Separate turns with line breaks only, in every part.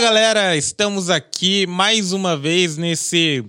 galera, estamos aqui mais uma vez nesse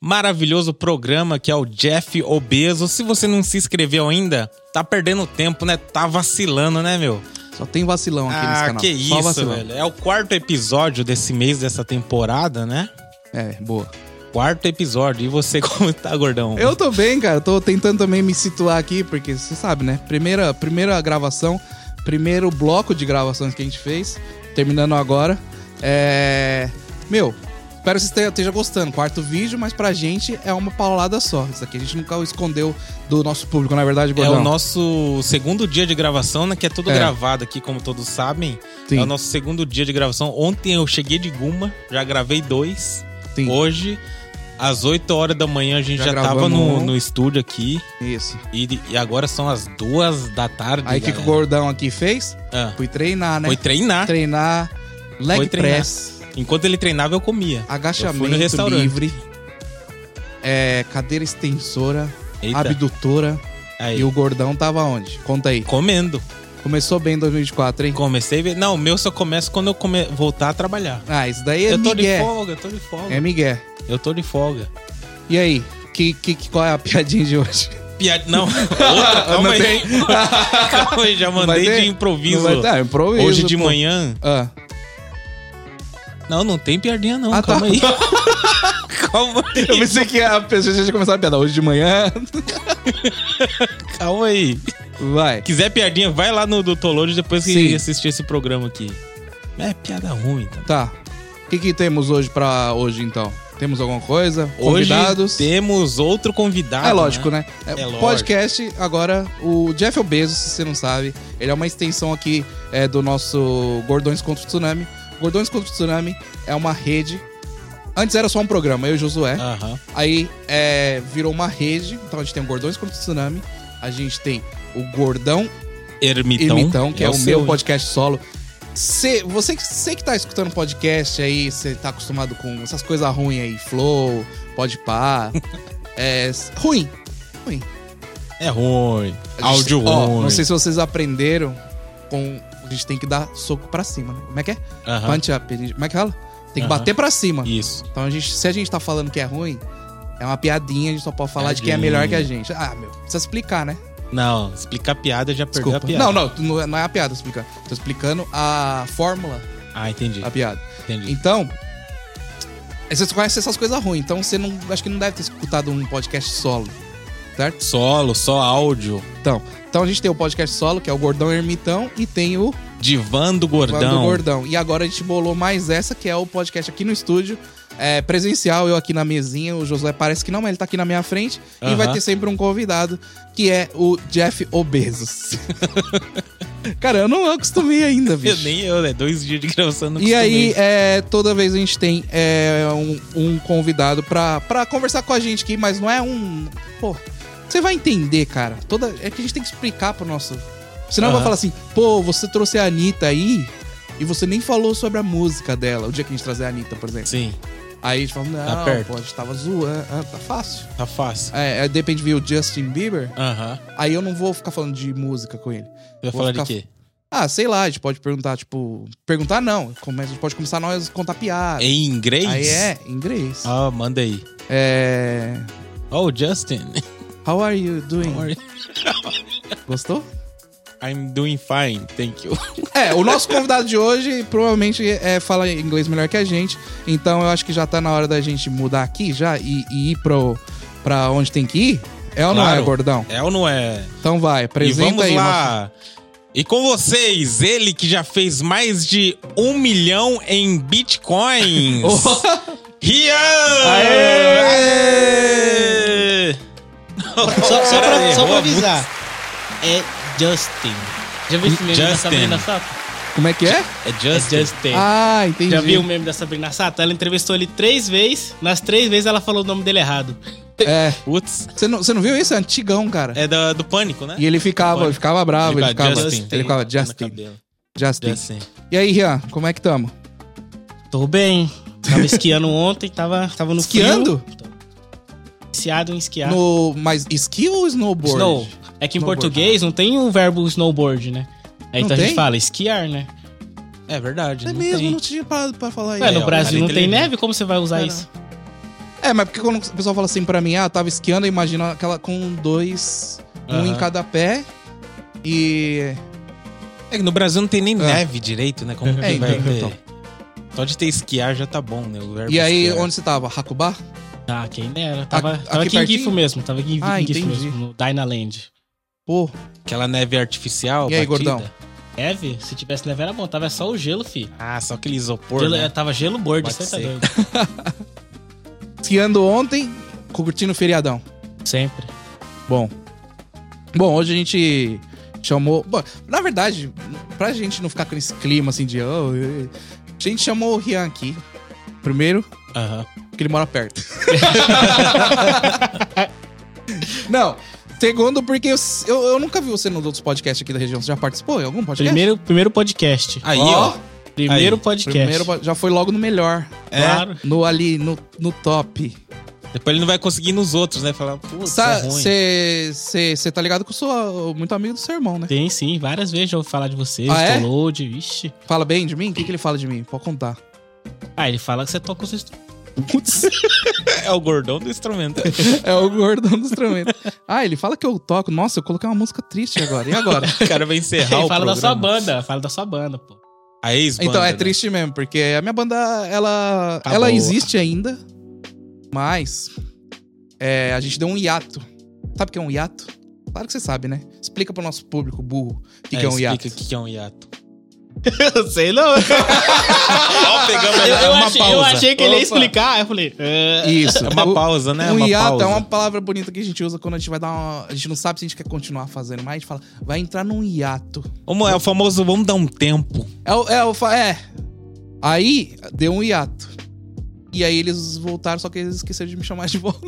maravilhoso programa que é o Jeff Obeso. Se você não se inscreveu ainda, tá perdendo tempo, né? Tá vacilando, né, meu?
Só tem vacilão aqui nesse
Ah,
canal.
que
Só
isso,
vacilão.
velho. É o quarto episódio desse mês, dessa temporada, né?
É, boa.
Quarto episódio. E você como tá, gordão?
Eu tô bem, cara. Tô tentando também me situar aqui, porque você sabe, né? Primeira, primeira gravação, primeiro bloco de gravações que a gente fez, terminando agora. É. Meu, espero que vocês tenham- estejam gostando. Quarto vídeo, mas pra gente é uma paulada só. Isso aqui a gente nunca escondeu do nosso público, na verdade,
É
Gordão.
o nosso segundo dia de gravação, né? Que é tudo
É.
gravado aqui, como todos sabem.
Sim,
É o nosso segundo dia de gravação. Ontem eu cheguei de Guma, já gravei dois.
sim.
Hoje, às 8 horas da manhã, a gente já,
Já
tava
gravamos
no,
um.
no estúdio aqui.
Isso.
E, e agora são as duas da tarde.
Aí o que, que o
galera.
Gordão aqui fez?
Ah,
Fui treinar, né?
Foi treinar.
Treinar leg
Foi treinar.
press.
Enquanto ele treinava, eu comia. Eu fui no
agachamento
restaurante.
livre, é, cadeira extensora,
Eita.
abdutora.
Aí,
E o gordão tava onde? Conta aí.
comendo.
Começou bem 2024, hein?
Comecei a ver. Não, o meu só começa quando eu come- voltar a trabalhar.
Ah, isso daí é
Eu tô de
migué.
folga, eu tô de folga.
É migué.
Eu tô de folga.
E aí, que, que, que- qual é a piadinha de hoje?
Piada. Não. Outra, calma
Não
aí.
tem?
calma aí, já
Não vai
mandei
ter?
de improviso.
Não vai- Ah, improviso,
Hoje de
pô.
manhã.
Ah,
Não, não tem piadinha, não.
Ah, tá.
calma aí. calma aí.
eu pensei que a pessoa já tinha começado a piada. Hoje de manhã...
Calma aí.
Vai.
Quiser piadinha, vai lá no do Tolojo depois que
Sim.
assistir esse programa aqui. É piada ruim, tá?
Tá. O que, que temos hoje pra hoje, então? Temos alguma coisa? Convidados?
Hoje temos outro convidado.
é lógico, né?
É lógico.
podcast, agora, o Jeff é Obeso, se você não sabe, ele é uma extensão aqui é, do nosso Gordões contra o Tsunami. Gordões contra o Tsunami é uma rede. Antes era só um programa, eu e o Josué.
Aham.
Aí é, virou uma rede. Então a gente tem o Gordões contra o Tsunami. A gente tem o Gordão
Ermitão.
Ermitão, que é, o
seu, né?
meu podcast solo. Cê- você, que- você que tá escutando podcast aí, você tá acostumado com essas coisas ruins aí, flow, podpar. é, s- ruim.
É ruim.
A gente-
Áudio
ó,
ruim.
Não sei se vocês aprenderam com. A gente tem que dar soco pra cima, né? Como é que é?
Aham.
Punch up. a gente- Como é que fala? Tem que
Aham.
bater pra cima.
Isso.
Então a gente, se a gente tá falando que é ruim, é uma piadinha, a gente só pode falar de quem é
Piadinha.
melhor que a gente. Ah, meu, precisa explicar, né?
Não, explicar piada já perdeu
Desculpa.
a piada.
Não, não, tu não é- não é a piada explicar. Tô explicando a fórmula
Ah, entendi.
da piada.
Entendi.
Então, você conhece essas coisas ruins, então você não. Acho que não deve ter escutado um podcast solo. Certo?
Solo, só áudio.
Então, então a gente tem o podcast solo, que é o Gordão Ermitão, e tem o
Divã do
Lá
Gordão.
do Gordão. E agora a gente bolou mais essa, que é o podcast aqui no estúdio. É, presencial, eu aqui na mesinha, o Josué parece que não, mas ele tá aqui na minha frente. E
Aham.
vai ter sempre um convidado, que é o Jeff Obesos. Cara, eu não acostumei ainda,
Eu
bicho.
nem eu, né? Dois dias de gravação no
E aí, é, toda vez a gente tem é, um, um convidado pra, pra conversar com a gente aqui, mas não é um. Pô, você vai entender, cara. Toda, é que a gente tem que explicar pro nosso. Senão vai
Aham.
falar assim, pô, você trouxe a Anitta aí e você nem falou sobre a música dela, o dia que a gente trazer a Anitta, por exemplo.
Sim,
Aí a gente fala, não,
Tá perto.
pô, a gente tava zoando. Ah, tá fácil.
tá fácil.
É, é, de repente viu o Justin Bieber,
Aham.
aí eu não vou ficar falando de música com ele.
Vai
Vou
falar
ficar-
de quê?
Ah, sei lá, a gente pode perguntar, tipo. Perguntar não. Começa, a gente pode começar nós a contar piada.
Em inglês?
Aí é, em inglês.
Ah, manda aí.
É.
Oh, Justin.
How are you doing?
How are you?
Gostou?
I'm doing fine, thank you.
É, o nosso convidado de hoje provavelmente é, fala inglês melhor que a gente. Então eu acho que já tá na hora da gente mudar aqui já e, e ir pro, pra onde tem que ir. É ou não é,
Claro.
gordão?
É ou não é?
Então vai, apresenta
e vamos
aí.
lá. E com vocês, ele que já fez mais de um milhão em bitcoins.
nosso-
Rian!
Aê!
Aê!
Só, só, pra,
Errou
só pra
a
avisar. É Justin. Já viu esse meme da
Justin.
Sabrina Sato?
Como é que é?
É
É
Justin.
Justin.
Ah, entendi.
Já viu o meme da Sabrina Sato? Ela entrevistou ele três vezes. Nas três vezes ela falou o nome dele errado.
É.
Putz.
Você não, você não viu isso? É antigão, cara.
É da- do Pânico, né?
E ele ficava, ele ficava bravo, ele ficava.
Justin.
Ele ficava
Tá no
Justin.
cabelo.
Justin.
Justin.
E aí, Rian, como é que tamo?
Tô bem. Tava esquiando ontem, tava, tava no
Esquiando?
frio. Tô Viciado em esquiar.
Tá.
No, mas esqui ou snowboard?
Snow. É que em
Snowboard.
português não tem o verbo um snowboard, né? Aí
Não
então a
tem?
gente fala esquiar, né?
É verdade.
É
não
mesmo,
tem.
não tinha parado pra falar
Ué,
É,
isso.
ó,
no
cara
Brasil não tem
inteligente.
neve, como você vai usar
Não,
isso?
É, mas porque quando o pessoal fala assim pra mim, ah, eu tava esquiando, eu imagino aquela com dois, um
Aham.
em cada pé. E.
É que no Brasil não tem nem
Ah.
neve direito, né? Como que
É,
vai
então,
ter?
então.
Só de ter esquiar já tá bom, né? O lugar
E
pra
aí,
esquiar.
onde você tava? Hakubá?
Ah, quem dera. Tava,
Aqui-
tava
aqui
aqui em Gifo
pertinho?
mesmo, tava aqui em
Ah,
Gifo
entendi.
mesmo, no Dynaland.
Pô,
Aquela neve artificial.
E aí,
batida.
gordão?
Neve? Se tivesse neve era bom, tava só o gelo, fi.
Ah, só aquele isopor.
Gelo,
né?
Tava gelo bordo,
Pode
você tá
ser.
doido.
esquiando ontem, curtindo o feriadão.
Sempre.
Bom. Bom, hoje a gente chamou. Bom, na verdade, pra gente não ficar com esse clima assim de. "Oh, eh", a gente chamou o Rian aqui. Primeiro,
é-
Aham.
porque ele mora perto. não. Segundo, porque eu, eu, eu nunca vi você nos outros podcasts aqui da região. Você já participou em algum podcast?
Primeiro, primeiro podcast.
Aí,
Ó,
ó.
Primeiro
aí.
podcast.
Primeiro, É. já foi logo no melhor.
Claro.
No ali, no, no top.
Depois ele não vai conseguir nos outros, né? Falar, putz, é ruim.
Você tá ligado que eu sou muito amigo do seu irmão, né?
Tem sim, várias vezes já ouvi falar de vocês,
Ah, é?
download, vixe.
Fala bem de mim? O que, que ele fala de mim? Pode contar.
Ah, ele fala que você toca os instrumentos.
Putz,
É o gordão do instrumento.
é o gordão dos instrumentos. Ah, ele fala que eu toco. Nossa, eu coloquei uma música triste agora. E agora?
o cara vai encerrar
Ele
o
fala da sua
programa.
banda, fala da sua banda, pô.
A ex
Então, é triste mesmo, porque a minha banda, ela,
né? Tá
ela
boa.
existe ainda, mas é, a gente deu um hiato. Sabe o que é um hiato? Claro que você sabe, né? Explica pro nosso público burro o que, que é um hiato.
o que que é um hiato.
Eu sei não.
Ó, pegamos
Eu, eu
uma
achei, eu
pausa.
achei que ele ia
Opa.
explicar, eu falei... "Ah,
Isso.
É uma pausa, né?
um
uma
hiato
pausa.
é uma palavra bonita que a gente usa quando a gente vai dar uma... A gente não sabe se a gente quer continuar fazendo, mas a gente fala, vai entrar num hiato.
Vamos- é o famoso vamos dar um tempo.
É, o- é, o fa- é. Aí, deu um hiato. E aí eles voltaram, só que eles esqueceram de me chamar de volta.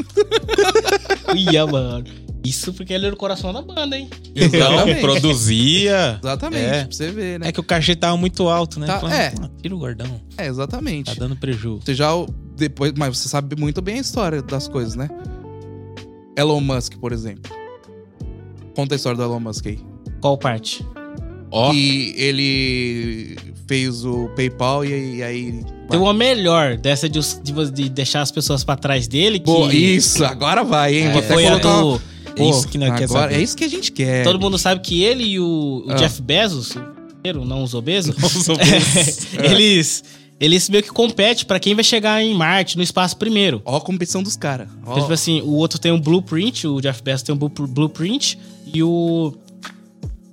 "Ah, Ia, mano. Isso porque ele era o coração da banda, hein?
Então,
Exatamente.
produzia.
Exatamente,
É.
pra você ver, né?
É que o cachê tava muito alto, né?
Tá,
Falando,
é.
"Ah, Tira o gordão,
É, exatamente.
tá dando preju.
Você já o- depois, mas você sabe muito bem a história das coisas, né? Elon Musk, por exemplo. Conta a história do Elon Musk aí.
Qual parte?
Ó,
E ele fez o PayPal e, e aí.
Tem uma melhor dessa de, os- de vo- de deixar as pessoas pra trás dele, que,
Boa, isso, agora vai, hein?
É,
Vou
que
até
foi a
colocar-
do...
é isso que nós
Agora-
quer saber.
É isso que a gente quer.
Todo mundo sabe que ele e o, o
Ah.
Jeff Bezos, o primeiro, não os obesos,
Os obesos.
é.
eles, eles meio que competem pra quem vai chegar em Marte, no espaço primeiro.
Ó a competição dos caras.
Então, tipo assim, o outro tem um blueprint, o Jeff Bezos tem um blu- blueprint e o...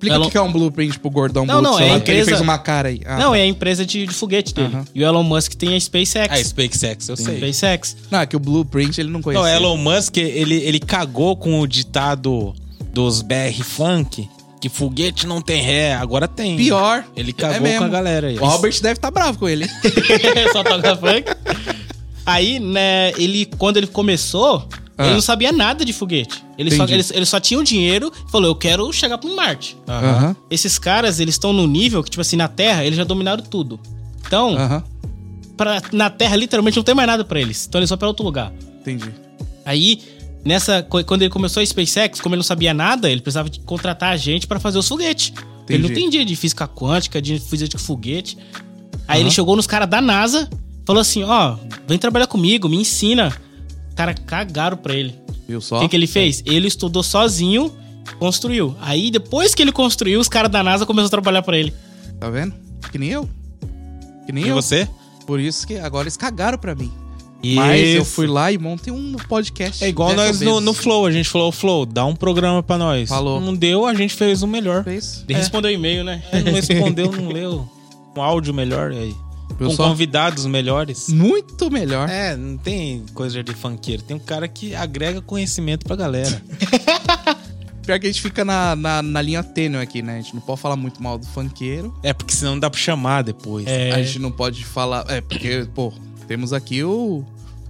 Explica
Elon-
o que é um blueprint pro gordão
Não, não,
Blutz,
é
lá,
a
que ele
empresa-
fez uma cara aí. Ah,
Não, é a empresa de, de foguete dele.
Aham.
E o Elon Musk tem a
é
SpaceX.
Ah, SpaceX, eu sei.
SpaceX.
não, é que o blueprint ele não conhece.
Não, é Elon Musk, ele, ele cagou com o ditado dos BR Funk, que foguete não tem ré, agora tem.
Pior.
Ele
É
cagou
mesmo.
com a galera aí.
O Albert deve estar bravo com ele. hein?
só toca funk. Aí, né, ele, quando ele começou,
Ah.
ele não sabia nada de foguete. Ele só,
Entendi.
ele, ele só tinha o dinheiro e falou: Eu quero chegar pro Marte.
Aham.
Aham.
Esses caras, eles estão no nível que, tipo assim, na Terra, eles já dominaram tudo. Então,
Aham.
pra, na Terra, literalmente, não tem mais nada pra eles. Então, eles vão pra outro lugar.
Entendi.
Aí, nessa, co- quando ele começou a SpaceX, como ele não sabia nada, ele precisava de contratar a gente pra fazer os foguetes. Ele não
Entendi.
entendia de física quântica, de física de foguete. Aí
Aham.
ele chegou nos caras da NASA, falou assim: ó, vem trabalhar comigo, me ensina. Cara, cagaram pra ele.
Viu
O
só?
que, que ele fez? Ele estudou sozinho, construiu. Aí depois que ele construiu, os caras da NASA começaram a trabalhar pra ele.
Tá vendo? Que nem eu. Que nem
E
eu.
você?
Por isso que agora eles cagaram pra mim.
Isso.
Mas eu fui lá e montei um podcast.
É igual
dessa
nós no,
vez.
no Flow, a gente falou, Flow, dá um programa pra nós.
Falou.
Não deu, a gente fez o melhor.
Fez.
Ele respondeu e-mail, né?
É, Não respondeu, não leu. Um áudio melhor aí.
Viu
Com
só?
convidados melhores.
Muito melhor.
É, não tem coisa de funkeiro. Tem um cara que agrega conhecimento pra galera.
Pior que a gente fica na, na, na linha tênue aqui, né? A gente não pode falar muito mal do funkeiro.
É, porque senão não dá pra chamar depois.
A
É,
gente não pode falar. É, porque, pô, temos aqui o,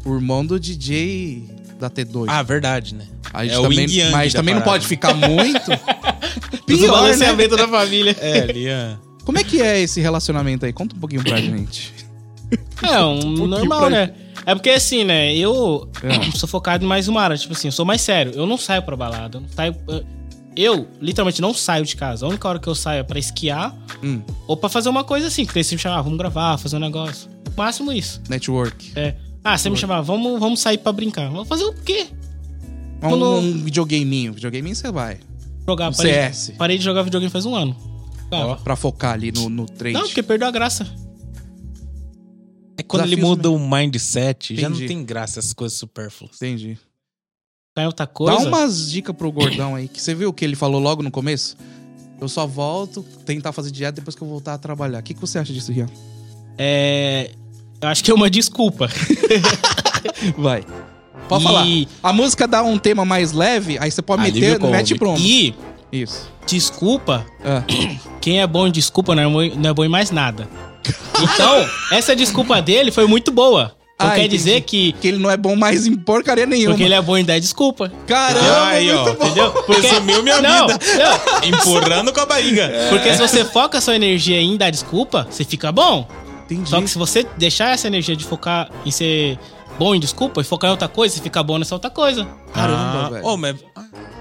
o irmão do DJ da T2.
Ah, verdade, né?
a gente
é o
também,
yin yang
mas
da
também não
parada.
pode ficar muito.
o
Pior, né?
balanceamento da família.
É, Lian.
Como é que é esse relacionamento aí? Conta um pouquinho pra gente.
É, um normal,
pra-
né? É porque assim, né? Eu
É.
sou focado em mais uma área. Tipo assim, eu sou mais sério. Eu não saio pra balada. Eu não saio. eu- Eu, literalmente, não saio de casa. A única hora que eu saio é pra esquiar
Hum,
ou pra fazer uma coisa assim. Que daí você me chamava, ah, vamos gravar, fazer um negócio. O máximo isso.
network.
É. Ah,
Uhum.
você me chamava, vamos, vamos sair pra brincar. Vou fazer o quê?
Um,
Quando-
um videogameinho. Videogameinho você vai.
Jogar.
Um
parei,
CS.
parei de jogar videogame faz um ano.
Ó,
Jogava.
Pra focar ali no, no trade.
Não, porque perdeu a graça.
É quando ele
Desafios
muda o mindset, já não
Entendi.
tem graça essas coisas supérfluas.
Entendi.
Caiu outra coisa.
Dá umas dicas pro gordão aí, que você viu o que ele falou logo no começo? Eu só volto tentar fazer dieta depois que eu voltar a trabalhar. O que, que você acha disso, Rian?
É. Eu acho que é uma desculpa.
Vai. Pode
E-
falar. A música dá um tema mais leve, aí você pode
Alívio
meter,
cômico.
mete pronto.
E
Isso.
desculpa,
Ah.
quem é bom em desculpa não é bom, em- não é bom em mais nada. Então, essa desculpa dele foi muito boa. Não
Ah,
quer
entendi.
dizer que.
Que ele não é bom mais em porcaria nenhuma.
Porque ele é bom em dar desculpa.
Caramba,
Aí, ó,
muito bom.
Entendeu? Porque...
Resumiu minha
não,
vida. É.
não,
Empurrando com a barriga.
porque se você foca sua energia em dar desculpa, você fica bom.
tá- Entendi.
Uhum.
Só que se você deixar essa energia de focar em ser bom em desculpa e focar em outra coisa, você fica bom nessa outra coisa.
Caramba,
Ah,
velho.
ô, mas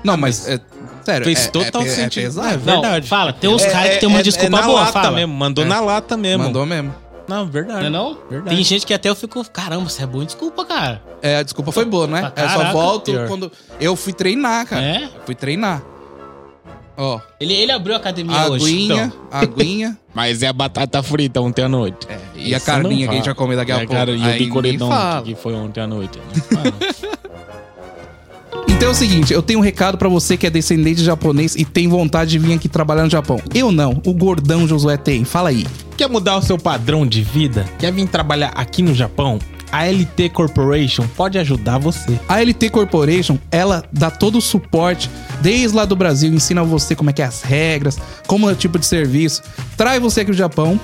Não, mas, é, sério,
fez
é- é
total
pe- é
sentido.
pesado.
É verdade.
Não, fala, tem uns
É-
caras que tem uma
é- é
desculpa
na
boa,
lata
fala.
mesmo, mandou
É.
na lata mesmo.
Mandou mesmo.
Não, verdade.
Não é não?
Verdade.
Tem gente que até eu fico, caramba, você é bom em desculpa, cara.
É, a desculpa foi boa, né?
Pra
Eu só
caraca,
volto
pior.
quando. Eu fui treinar, cara.
É?
Eu Fui treinar. Ó,
Ele, ele abriu a academia hoje.
aguinha,
Então.
aguinha.
Mas é a batata frita ontem à noite.
É, E a
Isso não
carninha que a gente
fala.
vai comer daqui a
É,
pouco.
cara, e o
Aí ninguém
bicoredão
fala.
que foi ontem à noite. né? Não fala.
Então é o seguinte, eu tenho um recado pra você que é descendente de japonês e tem vontade de vir aqui trabalhar no Japão. Eu não, o gordão Josué tem. Fala aí.
Quer mudar o seu padrão de vida? Quer vir trabalhar aqui no Japão? A LT Corporation pode ajudar você.
A LT Corporation, ela dá todo o suporte desde lá do Brasil, ensina você como é que é as regras, como é o tipo de serviço, traz você aqui no Japão,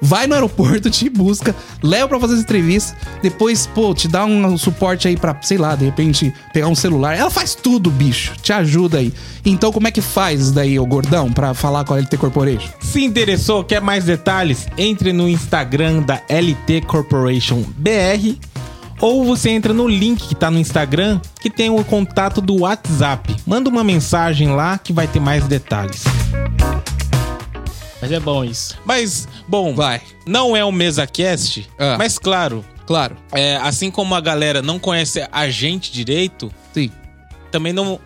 vai no aeroporto, te busca, leva pra fazer as entrevistas, depois, pô, te dá um suporte aí pra, sei lá, de repente pegar um celular. Ela faz tudo, bicho, te ajuda aí. Então, como é que faz isso daí, ô gordão, pra falar com a LT Corporation?
Se interessou, quer mais detalhes? Entre no Instagram da LT Corporation BR ou você entra no link que tá no Instagram que tem o contato do WhatsApp. Manda uma mensagem lá que vai ter mais detalhes.
Mas é bom isso.
Mas, bom,
Vai,
não é um MesaCast,
Ah.
mas claro,
claro,
é, assim como a galera não conhece a gente direito,
sim.
também não.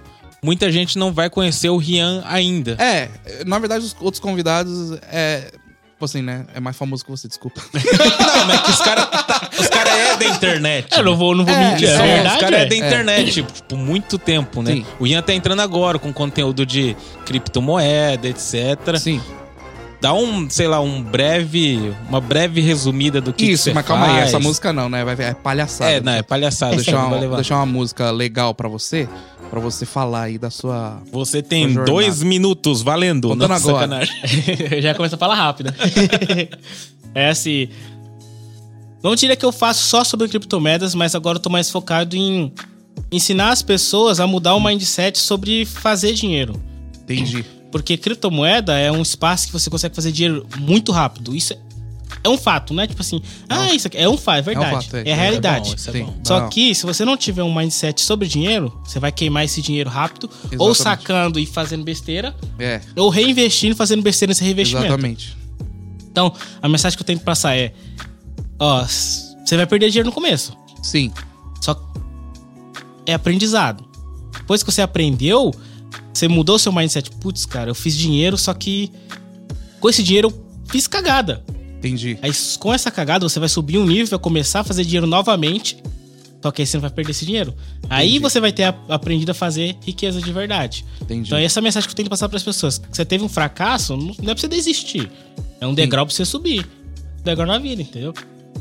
Muita gente não vai conhecer o Rian ainda.
É, na verdade, os outros convidados é. Tipo assim, né? É mais famoso que você, desculpa.
Não, mas que os caras os cara é da internet.
Eu não vou, não vou
É,
mentir.
É,
É,
são
os
verdade.
caras é.
é.
da internet por muito tempo, né?
Sim.
O Ian tá entrando agora com conteúdo de criptomoeda, etc.
Sim.
Dá um, sei lá, um breve, uma breve resumida do que que
Isso,
você
mas calma aí,
faz.
essa música não, né? Vai, é palhaçada.
É, não, é palhaçada.
Vou
Deixa
deixar,
eu
uma,
levar.
deixar uma música legal pra você, pra você falar aí da sua.
Você tem
Jornada.
dois minutos valendo.
Contando
Não,
agora.
sacanagem.
Eu já começo a falar rápido. é assim. Não diria que eu faço só sobre criptomoedas, mas agora eu tô mais focado em ensinar as pessoas a mudar o mindset sobre fazer dinheiro.
Entendi.
Porque criptomoeda é um espaço que você consegue fazer dinheiro muito rápido. Isso é, é um fato, não é tipo assim, ah, isso aqui é um fato, é verdade. É,
fato, é.
a
É
realidade.
bom, isso é
Sim.
bom.
Só
Não.
que se você não tiver um mindset sobre dinheiro, você vai queimar esse dinheiro rápido, ou
Exatamente.
sacando e fazendo besteira,
É,
ou reinvestindo e fazendo besteira nesse reinvestimento.
exatamente.
Então, a mensagem que eu tenho que passar é: ó, s- você vai perder dinheiro no começo.
Sim.
Só que é aprendizado. Depois que você aprendeu, você mudou seu mindset. Putz, cara, eu fiz dinheiro, só que com esse dinheiro eu fiz cagada.
Entendi.
Aí s- com essa cagada você vai subir um nível, vai começar a fazer dinheiro novamente. Só que aí você não vai perder esse dinheiro. Aí
Entendi.
você vai ter a- aprendido a fazer riqueza de verdade.
Entendi.
Então, essa é a mensagem que eu tenho que passar para as pessoas. Você teve um fracasso, não não é pra você desistir. É um degrau pra você subir. Degrau na vida, entendeu?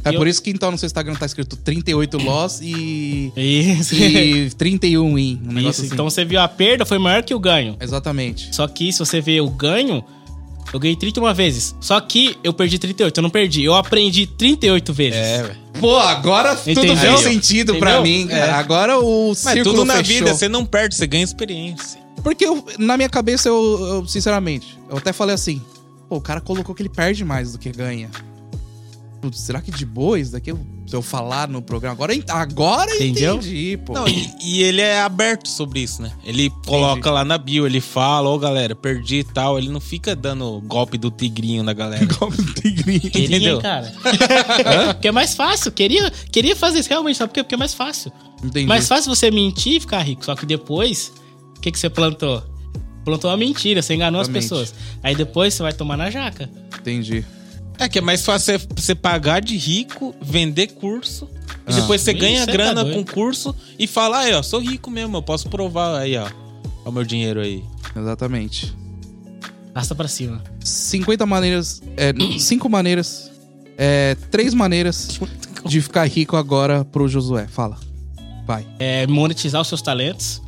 é
eu-
por isso que então no seu Instagram tá escrito 38 loss e.
Isso.
e 31 win. Um negócio
Isso.
assim.
Então, você viu a perda foi maior que o ganho.
Exatamente.
Só que se você vê o ganho, eu ganhei 31 vezes. Só que eu perdi 38. Eu não perdi. Eu aprendi 38 vezes.
É,
É, Pô, agora tudo
Entendeu?
fez sentido pra
Entendeu?
mim, cara.
É.
Agora o
Mas
círculo
tudo na
fechou.
vida, é você não perde, você ganha experiência.
Porque eu- na minha cabeça, eu, eu, sinceramente, eu até falei assim: pô, o cara colocou que ele perde mais do que ganha. Putz, será que de boa isso daqui? Eu Se eu falar no programa. Agora, eu ent- agora eu
Entendeu?
entendi, pô.
Não, e, e ele é aberto sobre isso, né? Ele coloca lá na bio, ele fala, ô galera, perdi e tal. Ele não fica dando golpe do tigrinho na galera.
Como tigrinho.
Queria,
Entendeu?
hein, cara. porque é mais fácil. Queria, queria fazer isso realmente, só porque, porque é mais fácil.
Entendi.
Mais fácil você mentir e ficar rico. Só que depois, o que, que você plantou? Plantou uma mentira, você enganou
Exatamente.
as pessoas. Aí depois você vai tomar na jaca.
Entendi.
É que é mais fácil você- você pagar de rico, vender curso, e depois você
Ih,
ganha
cê tá
grana
doido.
com curso e fala, aí, ó, sou rico mesmo, eu posso provar aí, ó. Olha o meu dinheiro aí.
Exatamente.
Passa pra cima.
50 maneiras. É, 5 maneiras. É, 3 maneiras de ficar rico agora pro Josué. Fala. Vai.
É monetizar os seus talentos.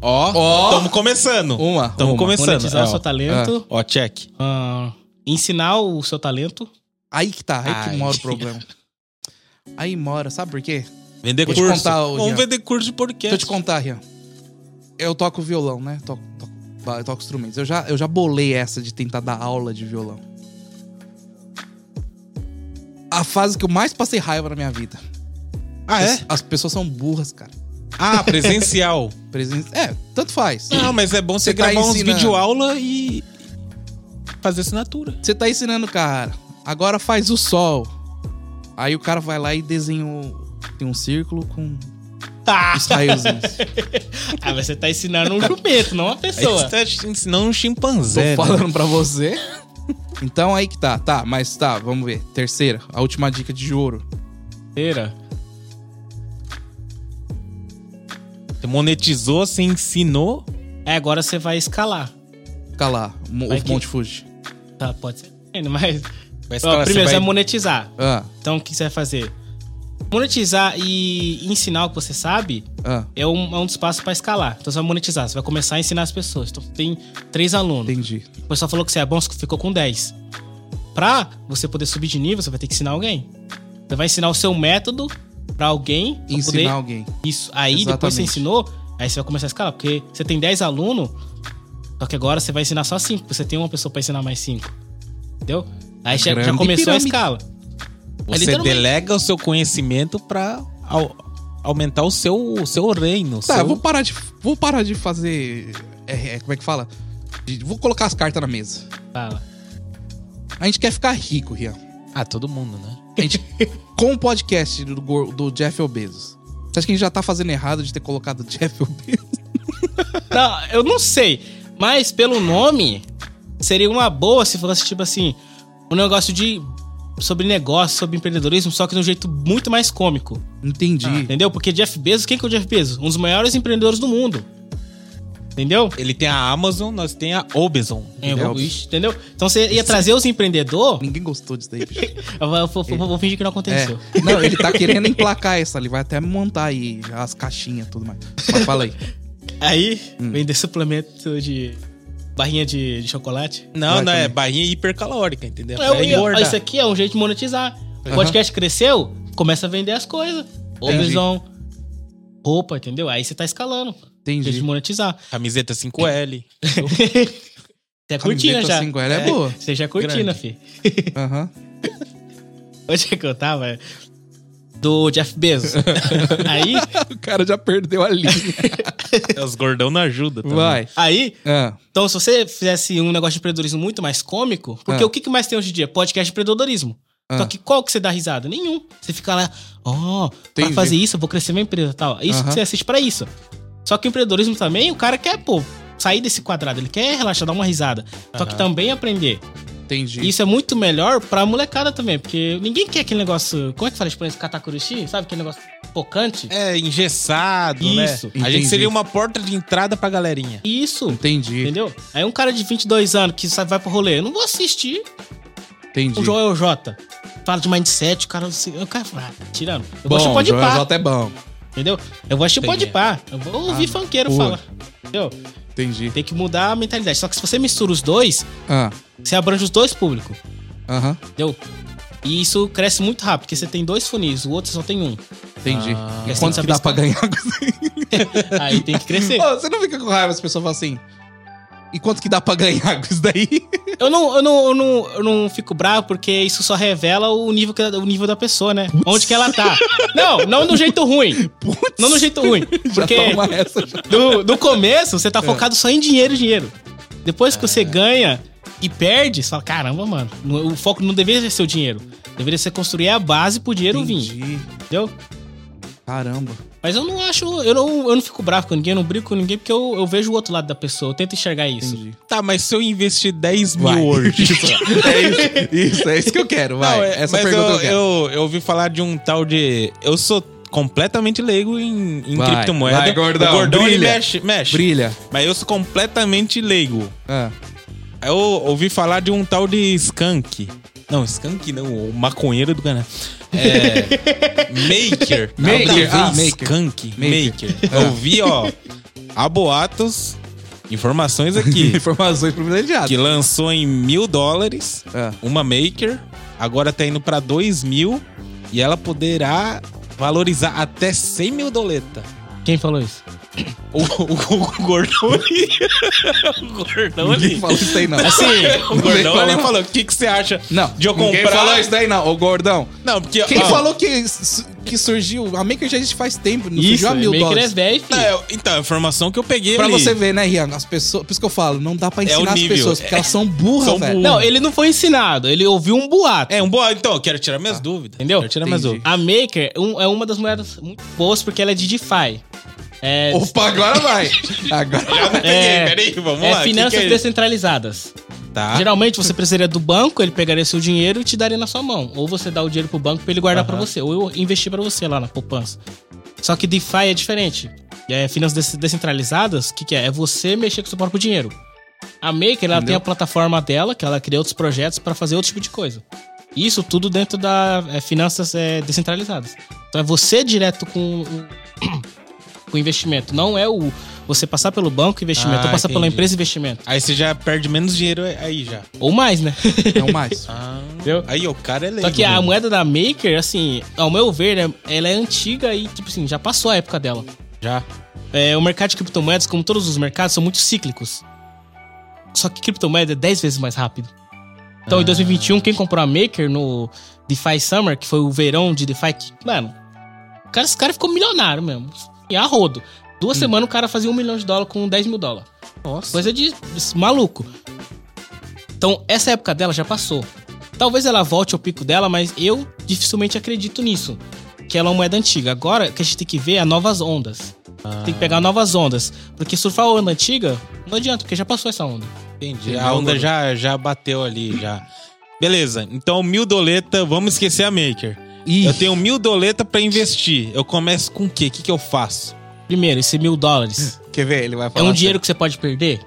Ó, tamo começando.
Uma.
Tamo
uma.
começando.
monetizar
é,
o
ó.
seu talento.
Ó, check.
ah, ensinar o seu talento.
Aí que tá, aí que
Ai.
mora o problema. Aí mora, sabe por quê?
Vender
Vou te
curso.
contar, ô, Jean.
Vamos vender curso de
Deixa eu
podcast.
te contar, Rian. Eu toco violão, né? Toco, toco, ba- eu toco instrumentos. Eu já, eu já bolei essa de tentar dar aula de violão. A fase que eu mais passei raiva na minha vida.
Ah,
As,
é?
as pessoas são burras, cara.
Ah, presencial.
Presen- É, tanto faz.
Não, mas é bom você,
Você tá
gravar uns
ensinando.
videoaula e fazer assinatura.
Você tá ensinando o cara. Agora faz o sol. Aí o cara vai lá e desenha um, tem um círculo com
Tá.
os raiozinhos.
Ah, mas você tá ensinando um jumento, não uma
Aí
pessoa.
você tá ensinando um
Tô
chimpanzé. né?
falando pra você. Então aí que tá, tá, mas tá, vamos ver. Terceira, a última dica de ouro.
Terceira.
Você monetizou, você ensinou.
É, agora você vai escalar.
Fica lá, o Mo-
Vai
o
que-
Monte Fuji.
Tá, pode ser. Mas.
Vai
Ó,
escalar,
primeiro, você
é
você
vai
vai-
monetizar.
Ah,
Então, o que você vai fazer? Monetizar e ensinar o que você sabe
ah,
é um, é um dos passos pra escalar. Então, você vai monetizar, você vai começar a ensinar as pessoas. Então, tem três alunos.
entendi.
O pessoal falou que você é bom, você ficou com 10. Pra você poder subir de nível, você vai ter que ensinar alguém. Você vai ensinar o seu método pra alguém. pra
Ensinar
poder-
alguém.
Isso. Aí depois
Exatamente.
você ensinou, aí você vai começar a escalar. Porque você tem 10 alunos, só que agora você vai ensinar só 5. Você tem uma pessoa pra ensinar mais 5. Entendeu? Aí já, já
É Grande
começou a
pirâmide.
escala. É
Você
literalmente-
delega o seu conhecimento pra au- aumentar o seu, o seu reino. o
Tá,
seu-
eu vou parar de, vou parar de fazer, é, é, como é que fala? De- vou colocar as cartas na mesa.
Fala.
A gente quer ficar rico, Rian.
Ah, todo mundo, né?
A gente, com o podcast do, Gor- do Jeff Bezos. Você acha que a gente já tá fazendo errado de ter colocado Jeff Bezos?
Não, Tá, eu não sei. Mas pelo nome, seria uma boa se fosse tipo assim: um negócio de. sobre negócio, sobre empreendedorismo, só que de um jeito muito mais cômico.
Entendi.
Entendeu? Porque Jeff Bezos, quem que é o Jeff Bezos? Um dos maiores empreendedores do mundo. Entendeu?
Ele tem a Amazon, nós tem a Obeson.
É,
Entendeu?
o- ixi, entendeu? Então você ia trazer os empreendedores.
Ninguém gostou disso daí, bicho.
Eu vou, eu vou- eu vou fingir que não aconteceu.
É. Não, ele tá querendo emplacar essa ali. Vai até montar aí as caixinhas e tudo mais. Mas fala aí.
Aí,
Hum.
vender suplemento de barrinha de, de chocolate.
Não,
Vai
não, é
também.
barrinha hipercalórica, entendeu?
Eu,
Pra
eu-
engordar.
isso aqui é um jeito de monetizar.
É Aham.
O podcast cresceu, começa a vender as coisas. Obison, roupa, entendeu? Aí você tá escalando. pô. Jeito de
Entendi.
monetizar.
Camiseta 5L.
você é curtina já.
5L é boa.
Você já é curtina,
Grande.
fi.
Aham.
Onde é que eu tava? Do Jeff Bezos. aí,
O cara já perdeu a linha.
Os gordão não ajuda também.
Vai.
aí,
Ah,
então se você fizesse um negócio de empreendedorismo muito mais cômico, porque
Ah.
o que, que mais tem hoje em dia? Podcast de empreendedorismo.
Ah.
Só que qual que você dá risada? Nenhum. Você fica lá, ó, pra
Entendi.
fazer isso, eu vou crescer minha empresa e tal. É Isso
Aham.
que você assiste pra isso. Só que o empreendedorismo também, o cara quer, pô, sair desse quadrado, ele quer relaxar, dar uma risada. Só que
Aham.
também aprender.
entendi.
E isso é muito melhor pra molecada também, porque ninguém quer aquele negócio. Como é que fala isso? Katakurushi? Sabe aquele negócio pocante?
É, engessado, né?
Isso.
A gente
Entendi.
seria uma porta de entrada pra galerinha.
Isso,
Entendi.
entendeu? Aí um cara de 22 anos que sabe, vai pro rolê, eu não vou assistir
Entendi.
o
um
Joel J. Fala de mindset, o cara não sei. O cara fala, ah, tirando.
Bom,
Eu vou assistir pode
Joel
pá,
J é bom.
entendeu? Eu vou assistir
Entendi.
pode pá. Eu vou ouvir funkeiro
Ah, pô.
falar. Entendeu?
Entendi.
Tem que mudar a mentalidade. Só que se você mistura os dois,
Ah,
você abrange os dois públicos.
aham.
Entendeu? E isso cresce muito rápido, porque você tem dois funis, o outro só tem um.
Entendi.
Ah.
E quanto que dá pra ganhar?
Aí tem que crescer.
Ô, você não fica com raiva se a pessoa fala assim... E quanto que dá pra ganhar com isso daí?
Eu não, eu, não, eu, não, eu não fico bravo porque isso só revela o nível, que- o nível da pessoa, né? Onde que ela tá. Não, não do jeito ruim.
Putz.
Não do jeito ruim. Porque
Já tá um toma essa. já.
no, no começo
É.
você tá focado só em dinheiro, dinheiro. Depois que você ganha e perde, você fala, caramba, mano, no- o foco não deveria ser o dinheiro. Deveria ser construir a base pro dinheiro vir,
Entendi.
entendeu?
Caramba.
Mas eu não acho, eu não, eu não fico bravo com ninguém, eu não brigo com ninguém, porque eu, eu vejo o outro lado da pessoa, eu tento enxergar isso.
Entendi.
Tá, mas se eu investir 10 mil
Vai.
hoje.
É isso, isso, é isso que eu quero, vai.
Não, é-
essa
mas
pergunta eu,
eu,
quero.
eu, eu ouvi falar de um tal de. Eu sou completamente leigo em, em
Vai,
criptomoeda.
vai, gordão,
O gordão ele
brilha.
mexe, mexe.
Brilha.
Mas eu sou completamente leigo.
Ah,
Eu ouvi falar de um tal de skunk. Não, skunk não, o maconheiro do Canadá. É. maker.
Maker,
Nada a ver,
ah, maker.
Skunk.
Maker.
Maker. Eu vi, ó. Há boatos, informações aqui.
informações privilegiadas.
que lançou em mil dólares
Ah.
uma maker, agora tá indo pra dois mil e ela poderá valorizar até 100 mil doleta.
Quem falou isso?
O, o- o gordão ali. O gordão ali.
Ninguém
Assim,
falou isso aí, não.
O
Ninguém
gordão ali
falou.
falou: o que, que você acha
Não,
de eu
ninguém
comprar?
falou isso daí, não. Ô, gordão.
Não, porque.
Quem
ó,
falou que, s- que surgiu? A Maker já existe faz tempo, não
Isso,
surgiu
é
a mil
meio que
dólares.
eles veem,
não,
filho.
é, então, a informação que eu peguei
Pra
ali.
você ver, né, Rian? As pessoas. Por isso que eu falo, não dá pra
É o
ensinar as
nível.
pessoas, porque elas são burras,
São
velho.
burras.
Não, ele não foi ensinado, ele ouviu um boato.
um- É um boa. Então, eu quero tirar minhas
Tá.
dúvidas.
Entendeu?
Quero tirar minhas
Entendi.
dúvidas.
A Maker um- é uma das moedas muito boas porque ela é de DeFi. É,
Opa, agora vai. Agora
Já não
vai.
peguei,
É,
peraí, vamos
é
lá. que
finanças
que é isso?
descentralizadas.
Tá.
Geralmente você precisaria do banco, ele pegaria seu dinheiro e te daria na sua mão. Ou você dá o dinheiro pro banco pra ele guardar pra você, ou eu investir pra você lá na poupança. Só que DeFi é diferente. É, finanças des- descentralizadas, o que, que é? É você mexer com seu próprio dinheiro. A Maker, ela tem a plataforma dela, que ela cria outros projetos pra fazer outro tipo de coisa. Isso tudo dentro da é, finanças é, descentralizadas. Então é você direto com o, com o investimento. Não é o você passar pelo banco investimento,
Ah,
ou passar pela
entendi.
empresa investimento.
Aí você já perde menos dinheiro aí já.
Ou mais, né?
Não mais.
Ah,
Entendeu?
Aí o cara é leigo.
Só que a
mano.
moeda da Maker, assim, ao meu ver, né, ela é antiga e, tipo assim, já passou a época dela.
Já.
É, o mercado de criptomoedas, como todos os mercados, são muito cíclicos. Só que criptomoeda é 10 vezes mais rápido. Então, em 2021, quem comprou a Maker no DeFi Summer, que foi o verão de DeFi, que, mano, o cara, esse cara ficou milionário mesmo. E a rodo. Duas semanas o cara fazia um milhão de dólar com 10 mil dólares.
Nossa.
Coisa de de maluco. Então, essa época dela já passou. Talvez ela volte ao pico dela, mas eu dificilmente acredito nisso. Que ela é uma moeda antiga. Agora, o que a gente tem que ver é novas ondas. Tem que pegar novas ondas. Porque surfar a onda antiga, não adianta, porque já passou essa onda.
Entendi. A
né?
onda já, já bateu ali, já. Beleza, então mil doleta, vamos esquecer a maker.
Ih.
Eu tenho mil doleta pra investir. Eu começo com o quê? O que, que eu faço?
Primeiro, esse mil dólares.
Hum,
Quer ver? Ele vai
É
falar.
um
assim,
dinheiro que você pode perder?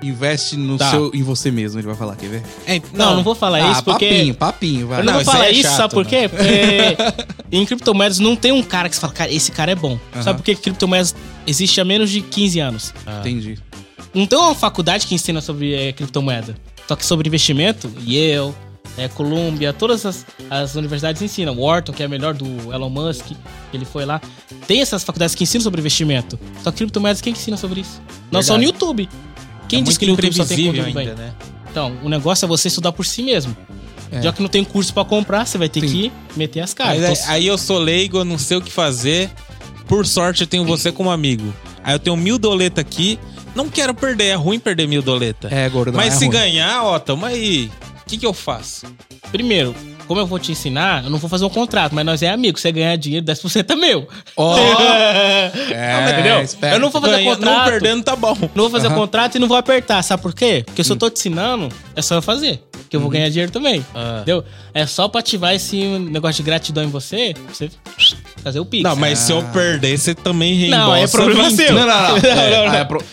Investe no
Tá.
seu, em você mesmo, ele vai falar, quer ver? Ah,
É,
Não, não, vou falar isso porque.
papinho, papinho, vai.
Eu
Não,
não, vou
isso
falar
aí é
isso,
chato,
sabe por quê? Porque em criptomoedas não tem um cara que você fala, cara, esse cara é bom.
Aham.
Sabe por quê? que criptomoedas existe há menos de 15 anos?
Entendi.
Não tem uma faculdade que ensina sobre eh, criptomoeda. Só que sobre investimento, Yale, eh, Columbia, todas as, as universidades ensinam. Wharton, que é a melhor do Elon Musk, que ele foi lá. Tem essas faculdades que ensinam sobre investimento. Só que criptomoedas, quem que ensina sobre isso? Não, só no
Verdade.
YouTube. Quem
é
diz
muito
que no YouTube só tem
imprevisível
conteúdo
ainda,
bem?
né? É.
Então, o negócio é você estudar por si mesmo. Já que não tem curso pra comprar, você vai ter
Sim.
que meter as caras.
Aí,
Então,
aí eu sou leigo, eu não sei o que fazer. Por sorte, eu tenho você como amigo. Aí eu tenho mil doleta aqui. Não quero perder, é ruim perder mil doleta.
Ah.
É, gordão.
Mas
é
se
ruim.
ganhar, ó, tamo aí. O que, que eu faço?
Primeiro, como eu vou te ensinar, eu não vou fazer um contrato, mas nós é amigo. Você ganhar dinheiro, 10% é meu.
Ó, É,
Não, entendeu?
esperto.
Eu não vou fazer
Ganha- Não
contrato.
perdendo, tá bom.
Não vou fazer
Aham. Hum.
contrato e não vou apertar. Sabe por quê? Porque se eu tô te ensinando, é só eu fazer. Que eu
Uhum.
vou ganhar dinheiro também.
Ah.
Entendeu? É só pra ativar esse negócio de gratidão em você, pra você fazer o pix.
Não, mas se eu
Ah.
perder, você também reembolsa.
Não, é problema
vinte.
seu.
Não, não, não.
não, não.
Ah, é pro-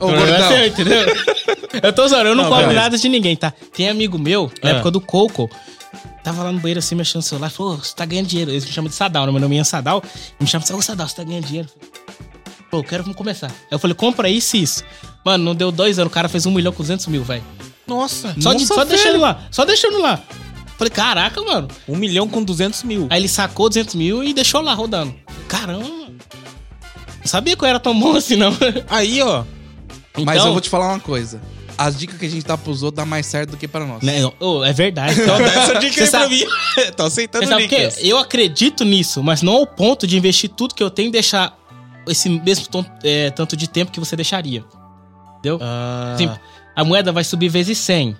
Ô,
O problema é seu,
gordão.
entendeu? Eu tô usando, eu não,
Não,
cobro
beleza.
nada de ninguém, tá? Tem amigo meu, na
Ah.
época do Coco, tava lá no banheiro assim, mexendo no celular, falou, "Ô, você tá ganhando dinheiro. Eles me chamam de Sadal, né? meu nome é Sadal. Me chamam de ô Sadal, você tá ganhando dinheiro. Pô, eu quero vamos começar. Aí eu falei, compra isso e isso. Mano, não deu dois anos, o cara fez um milhão e 200 mil, velho.
Nossa.
Só, de-
Nossa,
só
velho.
deixando lá, só deixando lá. Falei, caraca, mano.
Um milhão com 200 mil.
Aí ele sacou 200 mil e deixou lá rodando. Caramba, mano. Não sabia que eu era tão bom assim, não.
Aí, ó.
Mas
Então-
eu vou te falar uma coisa. as dicas que a gente dá pros outros dá mais certo do que pra nós.
Né? Ô, é verdade.
Então dá essa dica
Você
aí pra
sabe-
mim. Tô aceitando
Você sabe o quê?
dicas.
Eu acredito nisso, mas não ao ponto de investir tudo que eu tenho e deixar esse mesmo ton- é, tanto de tempo que você deixaria. Entendeu?
Ah,
Assim, a moeda vai subir vezes 100.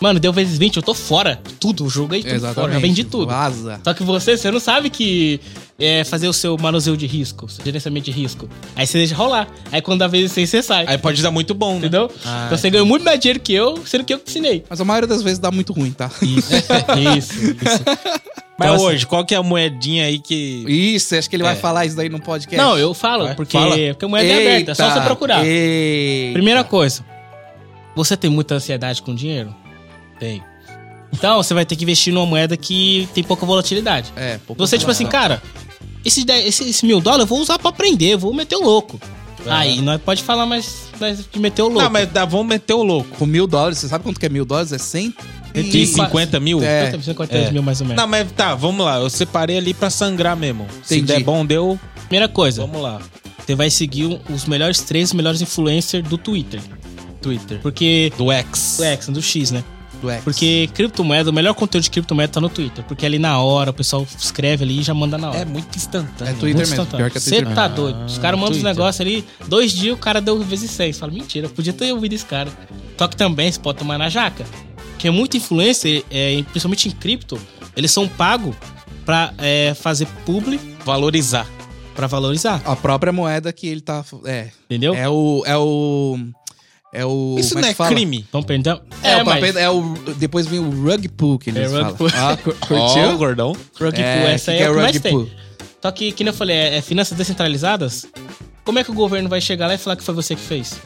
Mano, deu vezes 20, eu tô fora. Tudo, joguei tudo fora, já vendi tudo.
Vaza.
Só que você, você não sabe que é fazer o seu manuseio de risco, seu gerenciamento de risco. Aí você deixa rolar. Aí quando dá vezes 100, você sai.
aí pode dar muito bom, né?
entendeu?
Ah,
então você ganhou muito mais dinheiro que eu, sendo que eu que ensinei.
Mas a maioria das vezes dá muito ruim, tá?
Isso, isso, isso.
Mas
Então, assim-
hoje, qual que é a moedinha aí que...
Isso, acho que ele vai
É.
falar isso daí no podcast.
Não, eu falo,
Vai,
porque,
fala.
porque a moeda é aberta, é só você procurar.
Eita.
Primeira coisa, você tem muita ansiedade com dinheiro? Tem. Então você vai ter que investir numa moeda que tem pouca volatilidade.
É, pouco
Você, tipo assim,
provável.
cara, esse, dez- esse, esse mil dólar eu vou usar pra aprender, eu vou meter o louco. Aí, nós pode falar, mas nós de meter o louco.
Não, mas dá, vamos meter o louco.
Com mil dólares, você sabe quanto que é mil dólares? É cento e-
Tem 50 mil?
É.
50, 53 mil mais ou menos.
Não, mas tá, vamos lá. Eu separei ali pra sangrar mesmo. Se
Entendi.
der bom, deu.
Primeira coisa,
Vamos lá.
você vai seguir os melhores três melhores influencers do Twitter.
Twitter.
Porque.
Do X.
Do X, do X, né?
do X.
Porque criptomoeda, o melhor conteúdo de criptomoeda tá no Twitter. Porque ali na hora, o pessoal escreve ali e já manda na hora.
É muito instantâneo.
É Twitter
Muito
mesmo,
instantâneo.
pior que é
Você
Twitter
tá
mesmo.
doido. Os
Ah,
caras mandam os
Twitter.
negócios ali, dois dias o cara deu vezes seis. Fala, mentira, podia ter ouvido esse cara. Só que também você pode tomar na jaca. Porque muito influencer, é, em- principalmente em cripto, eles são pagos pra é, fazer publi
né? Valorizar.
pra valorizar.
A própria moeda que ele tá. É.
Entendeu?
É o. É o. É o.
Isso
como
não
que
é
fala?
crime.
Então, perdão.
É, o
mas-
papel, é o. Depois vem o rug pull que eles
É, rug
falam.
pull.
Ah, cu-
Ó,
curtiu?
gordão.
Rug
É,
pull, essa
que
aí
que
é
é
o que mais
rug
tem.
pull?
Só que, que nem eu falei, é, é finanças descentralizadas. Como é que o governo vai chegar lá e falar que foi você que fez?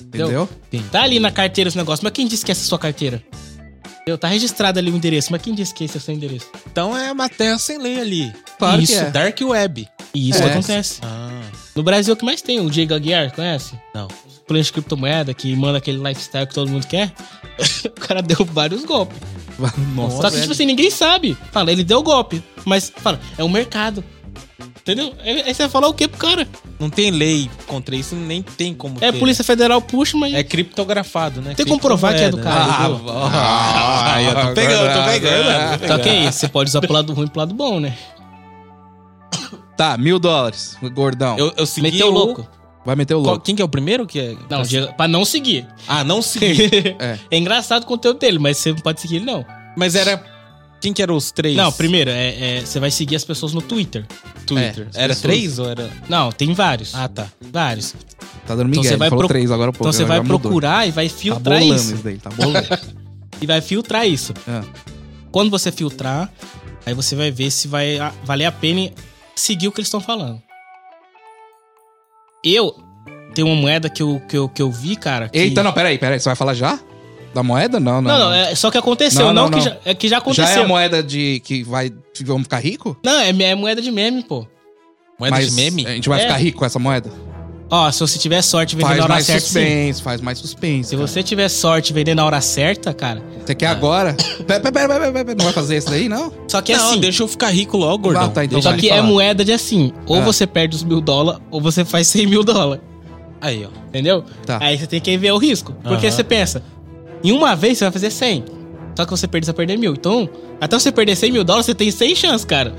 Entendeu?
Tá ali na carteira os negócios, mas quem disse que essa é a sua carteira? Entendeu? Tá registrado ali o endereço, mas quem disse que esse é o seu endereço?
Então é uma terra sem lei ali.
Claro que
Isso,
é.
Dark Web.
E isso
É.
acontece.
Ah,
No Brasil, o que mais tem? O Diego Aguiar, conhece?
não.
Plano de criptomoeda, que manda aquele lifestyle que todo mundo quer. o cara deu vários golpes.
Nossa, é
Só que,
velho.
tipo assim, ninguém sabe. Fala, ele deu golpe. Mas, fala, é o mercado. Entendeu? Aí aí você vai falar o quê pro cara?
Não tem lei contra isso, nem tem como
É,
ter.
Polícia Federal puxa, mas...
É criptografado, né?
Tem como provar que é do
Criptomoeda, né?
cara.
Ah,
entendeu?
Ah, eu tô pegando, tô pegando.
Só que é isso, você pode usar pro lado ruim e pro lado bom, né?
Tá, mil dólares, gordão.
Eu, eu segui
Meteu o louco.
Vai meter o
Qual-
louco.
quem que é o primeiro que é?
Não, Diego- pra não seguir.
Ah, não segui.
É.
É engraçado o conteúdo dele, mas você não pode seguir ele, não.
Mas era... Quem que eram os três?
Não, primeiro, é, é, você vai seguir as pessoas no Twitter.
Twitter.
É, as
era
pessoas.
três ou era...
Não, tem vários.
Ah, tá.
Vários.
Tá dando Miguel,
você
ele
vai
falou
pro-
três agora, pô.
Então você
agora
vai
mudou.
procurar e vai
Tá
filtrar
bolando
isso.
isso daí, tá bolando.
E vai filtrar isso.
Ah,
Quando você filtrar, aí você vai ver se vai a- valer a pena seguir o que eles estão falando. Eu tenho uma moeda que eu, que eu, que eu vi, cara. que-
Eita, não, peraí, peraí. Você vai falar já? Da moeda? Não, não.
Não, não, é só que aconteceu,
Não,
não,
não,
que,
não.
Já, é que já aconteceu.
Já é a moeda de que vai. que Vamos ficar rico?
Não, é, é moeda de meme, pô.
Moeda
Mas
de meme?
A gente vai
É.
ficar rico com essa moeda?
Ó, se você tiver sorte vendendo
Faz
na hora
mais
certa, sim.
suspense, faz mais suspense.
Se
cara.
você tiver sorte vendendo na hora certa, cara.
Você quer agora? Pera, pera, pera, pera, pera, não vai fazer isso daí, não?
Só que
não,
assim,
deixa eu ficar rico logo, gordão.
Ah, tá, então
Deixa
Só
vai.
ele
que é
falar.
moeda de assim, ou
Ah.
você perde os mil dólares, ou você faz 100 mil dólares,
Aí, ó.
entendeu?
Tá.
Aí você tem que ver o risco, porque
Aham.
você pensa, em uma vez você vai fazer 100, só que você perde, você vai perder mil. Então, até você perder 100 mil dólares, você tem 100 chances, cara,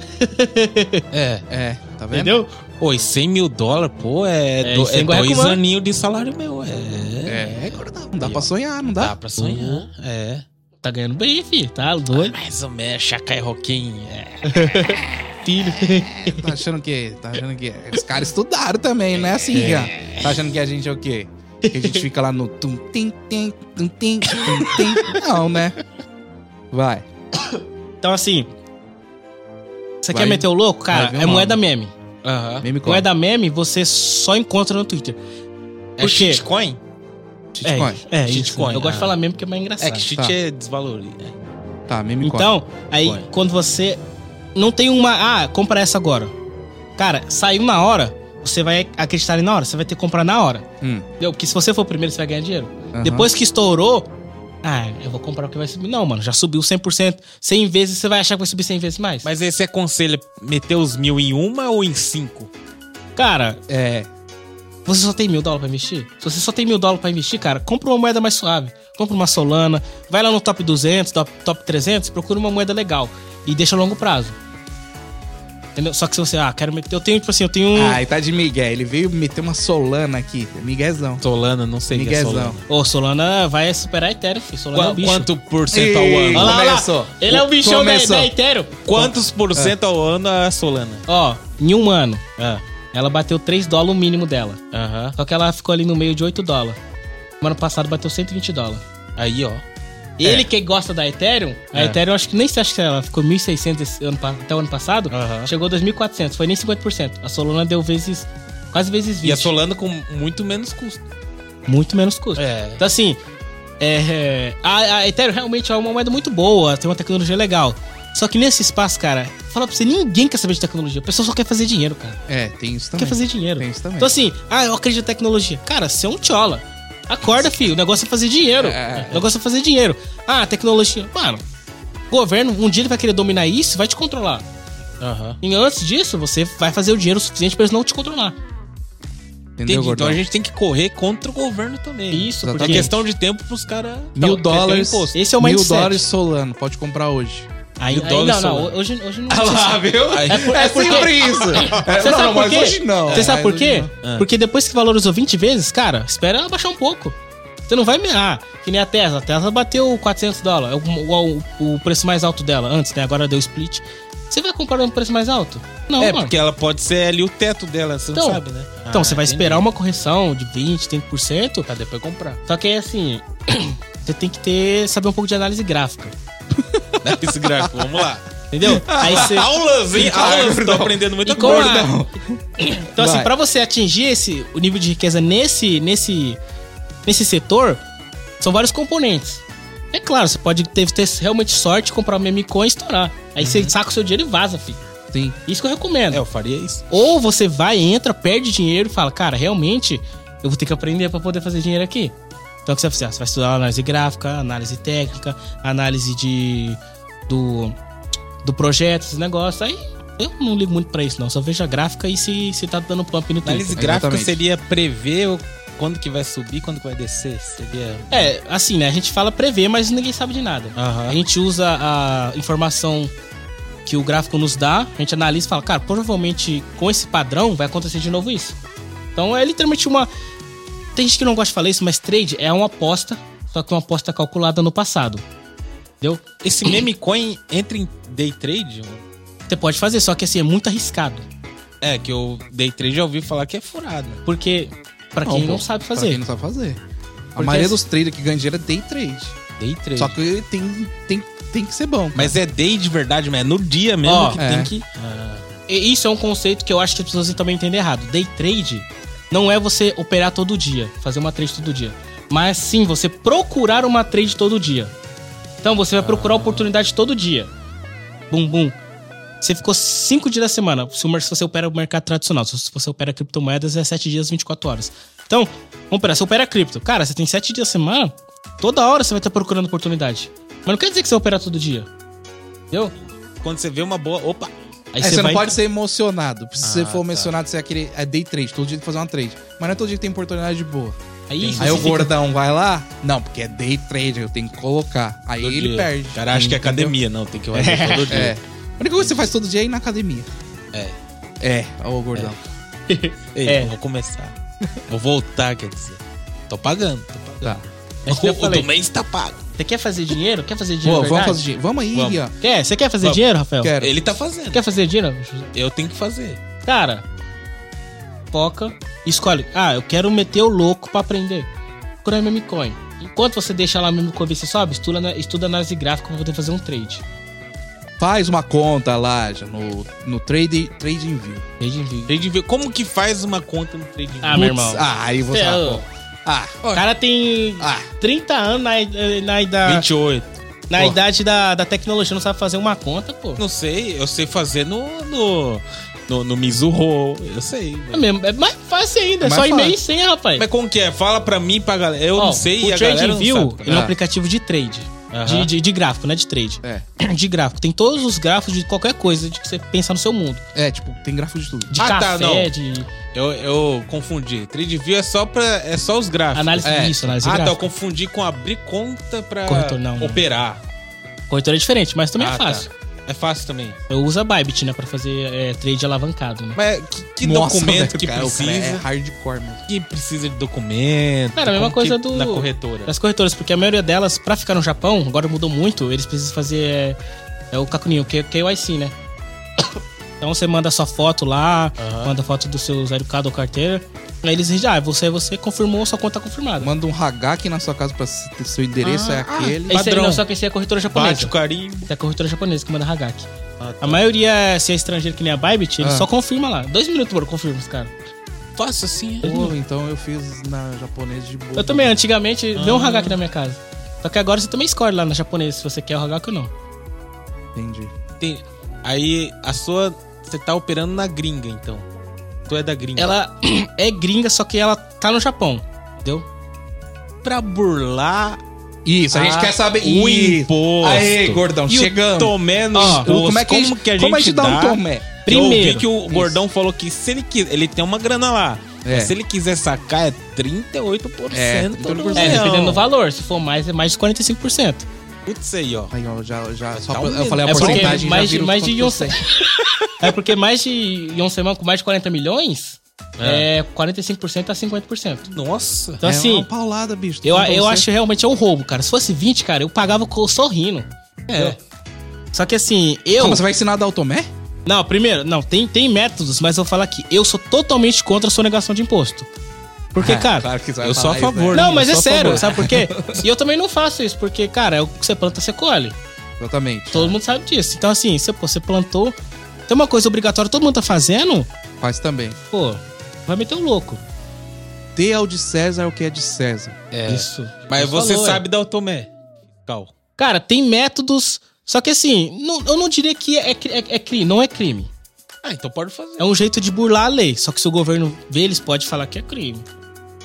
É.
É, tá vendo?
entendeu?
Oi, 100 mil dólares, pô, é,
É,
do-
isso
é
engorra com
dois
mano.
aninhos de salário meu. É.
É, gordão. Não dá pra sonhar, não dá?
Dá pra sonhar. É.
Tá ganhando bem, filho, tá doido,
Mais ou menos, é Chacai Roquim. É.
filho.
Tá achando que. Tá achando que. Os caras estudaram também, não é assim, cara. Tá achando que a gente é o quê? Que a gente fica lá no tum tim tim tum tim tum tim. Não, né? Vai.
Então assim, você
Vai-
quer meter o louco, cara?
vai ver o
É
nome.
moeda meme.
Aham.
Meme corre.
Moeda meme você só encontra no Twitter.
É
Por quê?
shitcoin?
Shitcoin.
É, é isso.
Shitcoin,
Eu gosto
ah.
de falar meme porque é mais engraçado.
É que shit
Tá.
é desvaloriza.
Tá, meme corre.
Então, aí
Pode.
quando você não tem uma. Ah, compra essa agora. Cara, saiu na hora, você vai acreditar ali na hora, você vai ter que comprar na hora.
Hum,
Entendeu? Porque se você for o primeiro, você vai ganhar dinheiro.
aham.
Depois que estourou, ah, eu vou comprar porque vai subir. Não, mano, já subiu 100%. 100 vezes, você vai achar que vai subir 100 vezes mais. Mas,
Mas esse é conselho meter os mil em uma ou em cinco?
cara,
É.
Você só tem mil dólares pra investir? Se você só tem mil dólares pra investir, cara, compra uma moeda mais suave. Compra uma Solana, vai lá no top 200, top, top 300, procura uma moeda legal e deixa a longo prazo. Entendeu? Só que se você, ah, quero meter. Eu tenho, tipo assim, eu tenho. um-
Ai, tá de Miguel. Ele veio meter uma solana aqui. Miguezão.
Solana, não sei o que é
Miguezão.
Solana.
Ô, Solana vai superar a Ethereum, filho. Solana é um
Qua-
bicho.
quanto por cento ao
Ei.
ano?
Olha lá, olha lá.
Começou.
Ele é um bichão da,
Começou.
da Ethereum.
Quantos por cento ao ano a Solana?
Ó, em um ano,
Ah,
ela bateu 3 dólares o mínimo dela.
Aham.
Só que ela ficou ali no meio de 8 dólares. No ano passado bateu 120 dólares.
Aí, ó.
Ele que gosta da Ethereum, a
É.
Ethereum, eu acho que nem se acha que ela ficou 1.600 esse ano pa- até o ano passado,
Aham.
chegou a 2.400, foi nem 50%. A Solana deu vezes, quase vezes 20.
E a Solana com muito menos custo.
Muito menos custo.
É.
Então, assim, é, é, a, a Ethereum realmente é uma moeda muito boa, tem uma tecnologia legal. Só que nesse espaço, cara, fala pra você, ninguém quer saber de tecnologia. A pessoa só quer fazer dinheiro, cara.
É, tem isso também.
Quer fazer dinheiro.
Tem isso também.
Então, assim, ah, eu acredito na tecnologia. Cara, você é um tchola. Acorda, filho. O negócio é fazer dinheiro.
É.
O negócio é fazer dinheiro. Ah, tecnologia. Mano, governo, um dia ele vai querer dominar isso e vai te controlar.
Aham.
E antes disso, você vai fazer o dinheiro suficiente pra eles não te controlar.
Entendeu,
Entendi. Então
gordão?
a gente tem que correr contra o governo também.
Isso,
É
Exatamente.
porque
questão de tempo pros caras.
tá-
Mil
Então,
dólares.
tem imposto.
é Esse é o
Mil
mindset.
dólares solano. Pode comprar hoje.
Aí,
E o
aí
dólar
não, não,
sobe.
hoje, hoje não.
Ah lá, viu?
Aí-
É,
é porque-
sempre isso. É,
Você
não,
sabe por
mas
quê?
hoje não.
Você
É,
sabe por
hoje
quê?
não.
não.
Porque depois que valorizou 20 vezes, cara, espera abaixar um pouco. Você não vai me. Ah, que nem a Tesla. A Tesla bateu 400 dólares. é O, o, o preço mais alto dela antes, né? Agora deu split. Você vai comprar um preço mais alto? Não,
é,
mano.
porque ela pode ser ali o teto dela, você
Então,
não sabe, né?
Então,
Ah,
você vai
entendi.
esperar uma correção de 20, 30%.
Pra depois comprar.
Só que é assim. Você tem que ter. saber um pouco de análise gráfica.
Esse gráfico, vamos lá.
Entendeu? Aí você. Então,
Aulas, hein?
Ah,
Aulas, tô
gordão.
aprendendo muita
E como é?
coisa.
a- Então, assim,
Vai.
pra você atingir esse, o nível de riqueza nesse, nesse, nesse setor, são vários componentes. É claro, você pode ter, ter realmente sorte, comprar uma meme-coin e estourar. Aí você saca o seu dinheiro e vaza, filho.
Sim.
Isso que eu recomendo.
É, eu faria isso.
Ou você vai, entra, perde dinheiro e fala, cara, realmente, eu vou ter que aprender pra poder fazer dinheiro aqui. Então o que você vai fazer? Você vai estudar análise gráfica, análise técnica, análise de. do. do projeto, esses negócios. Aí eu não ligo muito pra isso, não. Só vejo a gráfica e se, se tá dando pump no tubo.
Análise gráfica
Exatamente.
seria prever o- quando que vai subir, quando que vai descer. Seria.
É, assim, né? A gente fala prever, mas ninguém sabe de nada.
Aham.
A gente usa a informação que o gráfico nos dá, a gente analisa e fala, cara, provavelmente com esse padrão vai acontecer de novo isso. Então é literalmente uma. Tem gente que não gosta de falar isso, mas trade é uma aposta, só que uma aposta calculada no passado. Entendeu?
Esse meme coin entra em day trade?
Você pode fazer, só que assim, é muito arriscado.
É, que eu day trade já ouvi falar que é furado.
Porque, pra quem
pô,
não sabe
Pra quem
fazer.
não sabe fazer. A
Porque
maioria
assim-
dos traders que ganha dinheiro é day trade.
Day trade.
Só que tem, tem, tem que ser bom.
Mas é day de verdade, mas é no dia mesmo
Ó,
que
é.
tem que.
E Isso é um conceito que eu acho que as pessoas também entendem errado. Day trade não é você operar todo dia, fazer uma trade todo dia. Mas sim você procurar uma trade todo dia. Então você vai
Ah.
procurar oportunidade todo dia. Bum, bum. Você ficou cinco dias da semana. Se o mer- se você opera o mercado tradicional, se você opera criptomoedas, é 7 dias, 24 horas. Então, vamos operar. Você opera cripto. Cara, você tem sete dias da semana, toda hora você vai estar procurando oportunidade. Mas não quer dizer que você vai operar todo dia. Entendeu?
Quando você vê uma boa. Opa!
Aí
É, você não
vai-
pode ser emocionado. Se você
Ah,
for
tá.
emocionado, você é aquele. É day trade, todo dia tem que fazer uma trade. Mas não é todo dia que tem oportunidade boa.
Aí,
Aí o
você fica-
gordão vai lá? Não, porque é day trade, eu tenho que colocar. Aí
todo
ele
dia.
perde.
O cara acha que é academia, não. Tem que fazer todo dia.
É. A única coisa que você faz todo dia é ir na academia.
É.
É, ó o gordão.
Ei,
É.
eu vou começar. Vou voltar, quer dizer. Tô pagando. Tô pagando.
Tá.
É isso que eu
O, o
falei.
do mês tá pago.
Você quer fazer dinheiro? Quer fazer
Pô,
dinheiro? de
vamos
verdade?
fazer dinheiro. Vamos aí,
Vamos.
ó.
Quer? Você quer fazer
Vamos.
dinheiro, Rafael?
Quero.
Ele tá fazendo.
Quer fazer dinheiro?
Eu tenho que fazer.
Cara, foca, escolhe. Ah, eu quero meter o louco pra aprender. Procura meme coin. Enquanto você deixa lá mesmo coin, você sobe, estuda, na- estuda análise gráfica pra poder fazer um trade.
Faz uma conta lá já no, no trade, Trading View.
Trade em vídeo.
Trade View. Como que faz uma conta no Trade View?
Ah, meu irmão.
Ah, aí você.
Cê é
Ah,
louco.
ah,
O cara tem
Ah.
30 anos na, na, ida-
28.
na
Pô.
idade da, da tecnologia, não sabe fazer uma conta, pô.
Não sei, eu sei fazer no. no. no, no Mizuho. Eu sei.
É, mesmo, é mais fácil ainda, é
Mais
só e-mail
fácil.
e senha, rapaz.
Mas como que é? Fala pra mim, pra galera. Eu
Ó,
não sei,
o
e a galera não
TradeView
sabe.
ele é um
Ah.
aplicativo de trade.
Aham.
de, de, de gráfico, né? De trade.
É.
De gráfico. Tem todos os gráficos de qualquer coisa de que você pensar no seu mundo.
É, tipo, tem gráfico de tudo.
De
Ah, tá,
café,
não.
de
Eu, eu confundi. Trade view é só pra, é só os gráficos.
análise
É.
disso, análise
Ah, tá. Eu
gráfica.
confundi com abrir conta pra
Corretor, não, não.
operar.
Corretora é diferente, mas também
Ah,
é
tá.
fácil.
É fácil também.
Eu uso a Bybit, né? Pra fazer é, trade alavancado, né?
Mas que, que
Nossa,
documento
velho,
que
cara, o cara
precisa?
é hardcore mesmo.
Que precisa de documento?
Cara, a mesma
Como que-
coisa do-
Da corretora.
Das corretoras, porque a maioria delas, pra ficar no Japão, agora mudou muito, eles precisam fazer é, é o Kakunin, o K- KYC, né? Então você manda sua foto lá,
Aham.
manda foto do seu usuário card ou carteira, aí eles dizem, ah, você, você confirmou, sua conta tá confirmada.
Manda um hagaki na sua casa pra se- ter seu endereço,
Ah,
é aquele.
Esse aí
padrão.
não, só que esse é a corretora
Bate
japonesa.
o carimbo.
Esse é a corretora japonesa que manda Hagaki.
Ah, tá.
A maioria, se é estrangeiro que nem a Bybit, eles
Ah.
só confirma lá. Dois minutos, mano, confirma os caras.
Fácil assim. é.
Pô, então eu fiz na japonesa de boa.
Eu também, antigamente, veio um
Ah.
Hagaki na minha casa. Só que agora você também escolhe lá na japonesa se você quer o Hagaki ou não.
Entendi.
Tem- Aí a sua. Você tá operando na gringa, então. Tu é da gringa.
Ela é gringa, só que ela tá no Japão, entendeu?
pra burlar
Isso, a,
Ah,
gente quer saber.
o
Ih,
imposto.
Aê, gordão,
e
chegamos.
o tomé no
Ó,
imposto.
Como é que a gente, como a gente dá um tomé?
Eu
Primeiro.
ouvi que o gordão falou que se ele quiser, ele tem uma grana lá.
É.
Mas se ele quiser sacar, é 38%
É,
todo
38%.
É, dependendo do
valor.
valor. Se for mais, é mais de 45%.
Isso aí, ó.
Aí, ó, já, já, só
Dá
pra-
um
eu falei a
é porque
porcentagem
mais,
já
de-
virou
mais de
quanto
Yonsen. é porque mais de Yonsen Man com mais de 40 milhões, é, 45% a 50%.
Nossa.
Então,
é
assim,
uma paulada, bicho.
eu,
Então,
eu
você-
acho realmente é um roubo, cara. Se fosse 20, cara, eu pagava co- sorrindo.
É.
Só que assim, eu...
Calma, você vai ensinar é? a dar o tomé?
Não, primeiro, não, tem, tem métodos, mas eu vou falar aqui. Eu sou totalmente contra a sonegação de imposto. Porque,
É,
cara,
claro que você vai
Ah, Eu sou a
falar isso,
favor.
né?
Não, mas é
Só
sério,
favor.
sabe por quê? E eu também não faço isso, porque, cara, é o que você planta, você colhe.
Exatamente.
Todo mundo sabe disso. Então, assim, você, pô, você plantou. Tem uma coisa obrigatória, todo mundo tá fazendo,
Faz também.
pô, vai meter o louco.
Dê ao de César o que é de César.
Isso.
Mas você
falou, é.
sabe dar o tomé. Cal.
Cara, tem métodos. Só que assim, não- eu não diria que é, cri- é- é crime, não é crime.
Ah, então pode fazer.
É um jeito de burlar a lei. Só que se o governo vê, eles podem falar que é crime.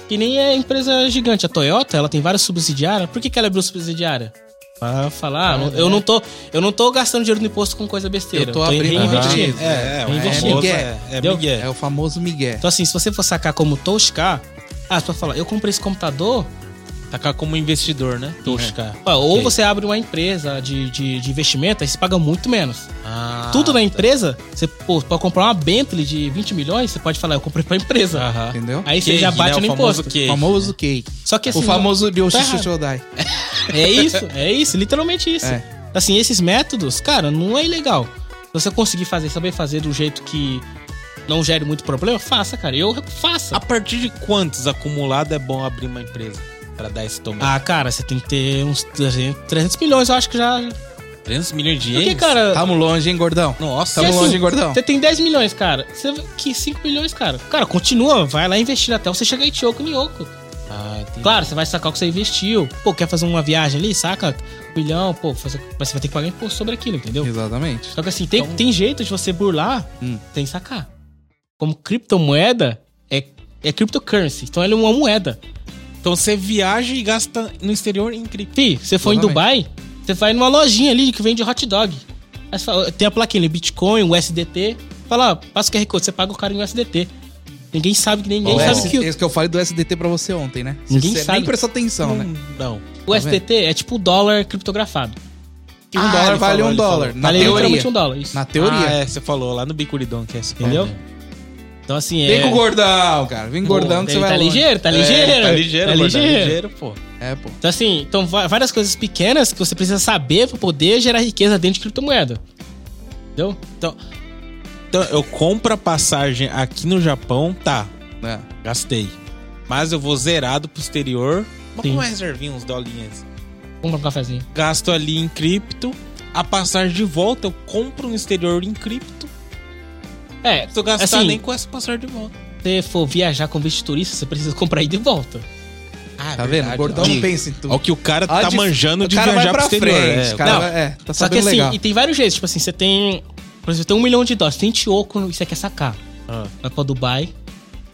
Que nem a empresa gigante, a Toyota, ela tem várias subsidiárias. Por que, que ela abriu subsidiária? Pra falar, ah, eu, não tô, eu não tô gastando dinheiro no imposto com coisa besteira.
Eu tô abrindo-
um
reinvestindo.
Aham.
É, é, o
Investir.
famoso
Miguel.
é, é
Deu?
Miguel.
É o famoso Miguel.
Então, assim, se você for sacar como Tosca, ah, você vai falar, eu comprei esse computador,
Tacar Tá como investidor, né? Tosca.
ó, ou
Ok.
você abre uma empresa de, de, de investimento, aí você paga muito menos.
Ah,
Tudo na empresa, você pô, pode comprar uma Bentley de 20 milhões, você pode falar, eu comprei pra empresa.
Aham.
Entendeu?
Aí você
Cake,
já bate
né?
no
O famoso
imposto.
cake,
famoso cake.
Só que assim,
o famoso um Ryoshi
tá errado.
Shodai.
É isso, é isso, literalmente isso.
É.
Assim, esses métodos, cara, não é ilegal. Se você conseguir fazer, saber fazer do jeito que não gere muito problema, faça, cara. Eu faça.
A partir de quantos acumulado é bom abrir uma empresa pra dar esse tomé?
Ah, cara, você tem que ter uns 300, 300 milhões, eu acho que já.
300 milhões de ienes?
Porque, cara,
Tá
Tamo longe, hein, gordão?
Nossa,
Tamo
Ah. assim,
longe, hein, gordão?
você tem 10 milhões, cara. Você que 5 milhões, cara. Cara, continua, vai lá investir até você chegar em Tioco em Oco.
Ah, entendi.
Claro, você vai sacar o que você investiu. Pô, quer fazer uma viagem ali? Saca um milhão, pô, fazer- mas você vai ter que pagar imposto sobre aquilo, entendeu?
Exatamente.
Só que assim, tem,
Então-
tem jeito de você burlar
Hum.
sem sacar. Como criptomoeda é, é cryptocurrency. Então ela é uma moeda.
Então você viaja e gasta no exterior em cripto.
Fih, você for em
Exatamente.
Dubai, você vai numa lojinha ali que vende hot dog. Aí você fala, tem a plaquinha ali, Bitcoin, USDT. Fala, ó, passa o QR Code, você paga o cara em USDT. Ninguém sabe que ninguém
Ó,
sabe
Esse- é
que o
Esse que eu falei do SDT pra você ontem, né? Se
Ninguém
você
sabe. Hum.
nem prestou atenção, né?
Não.
USDT é tipo o dólar criptografado.
Que um
Ah,
dólar
ele
vale
falou,
um
ele
dólar.
falou.
Na
Valeu
teoria.
literalmente um dólar. Isso.
Na teoria.
Ah, é, você falou lá no Bicuridon que é esse
Entendeu?
nome.
Então assim,
Vem
é...
com o gordão, cara. Vem com o gordão que você
Ele
vai
tá
longe.
ligeiro, tá
É,
ligeiro.
tá ligeiro,
tá
mano, tá
ligeiro.
ligeiro, pô.
É, pô.
Então, assim, então va- várias coisas pequenas que você precisa saber pra poder gerar riqueza dentro de criptomoeda. Entendeu?
Então, então, eu compro a passagem aqui no Japão, tá,
É.
gastei. Mas eu vou zerado pro exterior.
Sim.
Mas como é reservinho uns dolinhas?
Vamos comprar um cafezinho.
Gasto ali em cripto. A passagem de volta eu compro no exterior em cripto.
É,
Não preciso gastar
Assim-
nem com essa passagem de volta.
se você for viajar com visto de turista, você precisa comprar aí de volta.
Ah,
Tá vendo? O gordão não pensa em tudo.
Olha o que o cara
Ah,
tá
de-
manjando de
o cara
viajar
vai
pro
pra
exterior.
frente,
é.
cara.
né? Não,
é, tá
Só que
sabendo
assim,
legal.
e tem vários jeitos. Tipo assim, você tem. Por exemplo, tem um milhão de dólares, tem tioco e você quer sacar.
Ah.
Vai pra Dubai,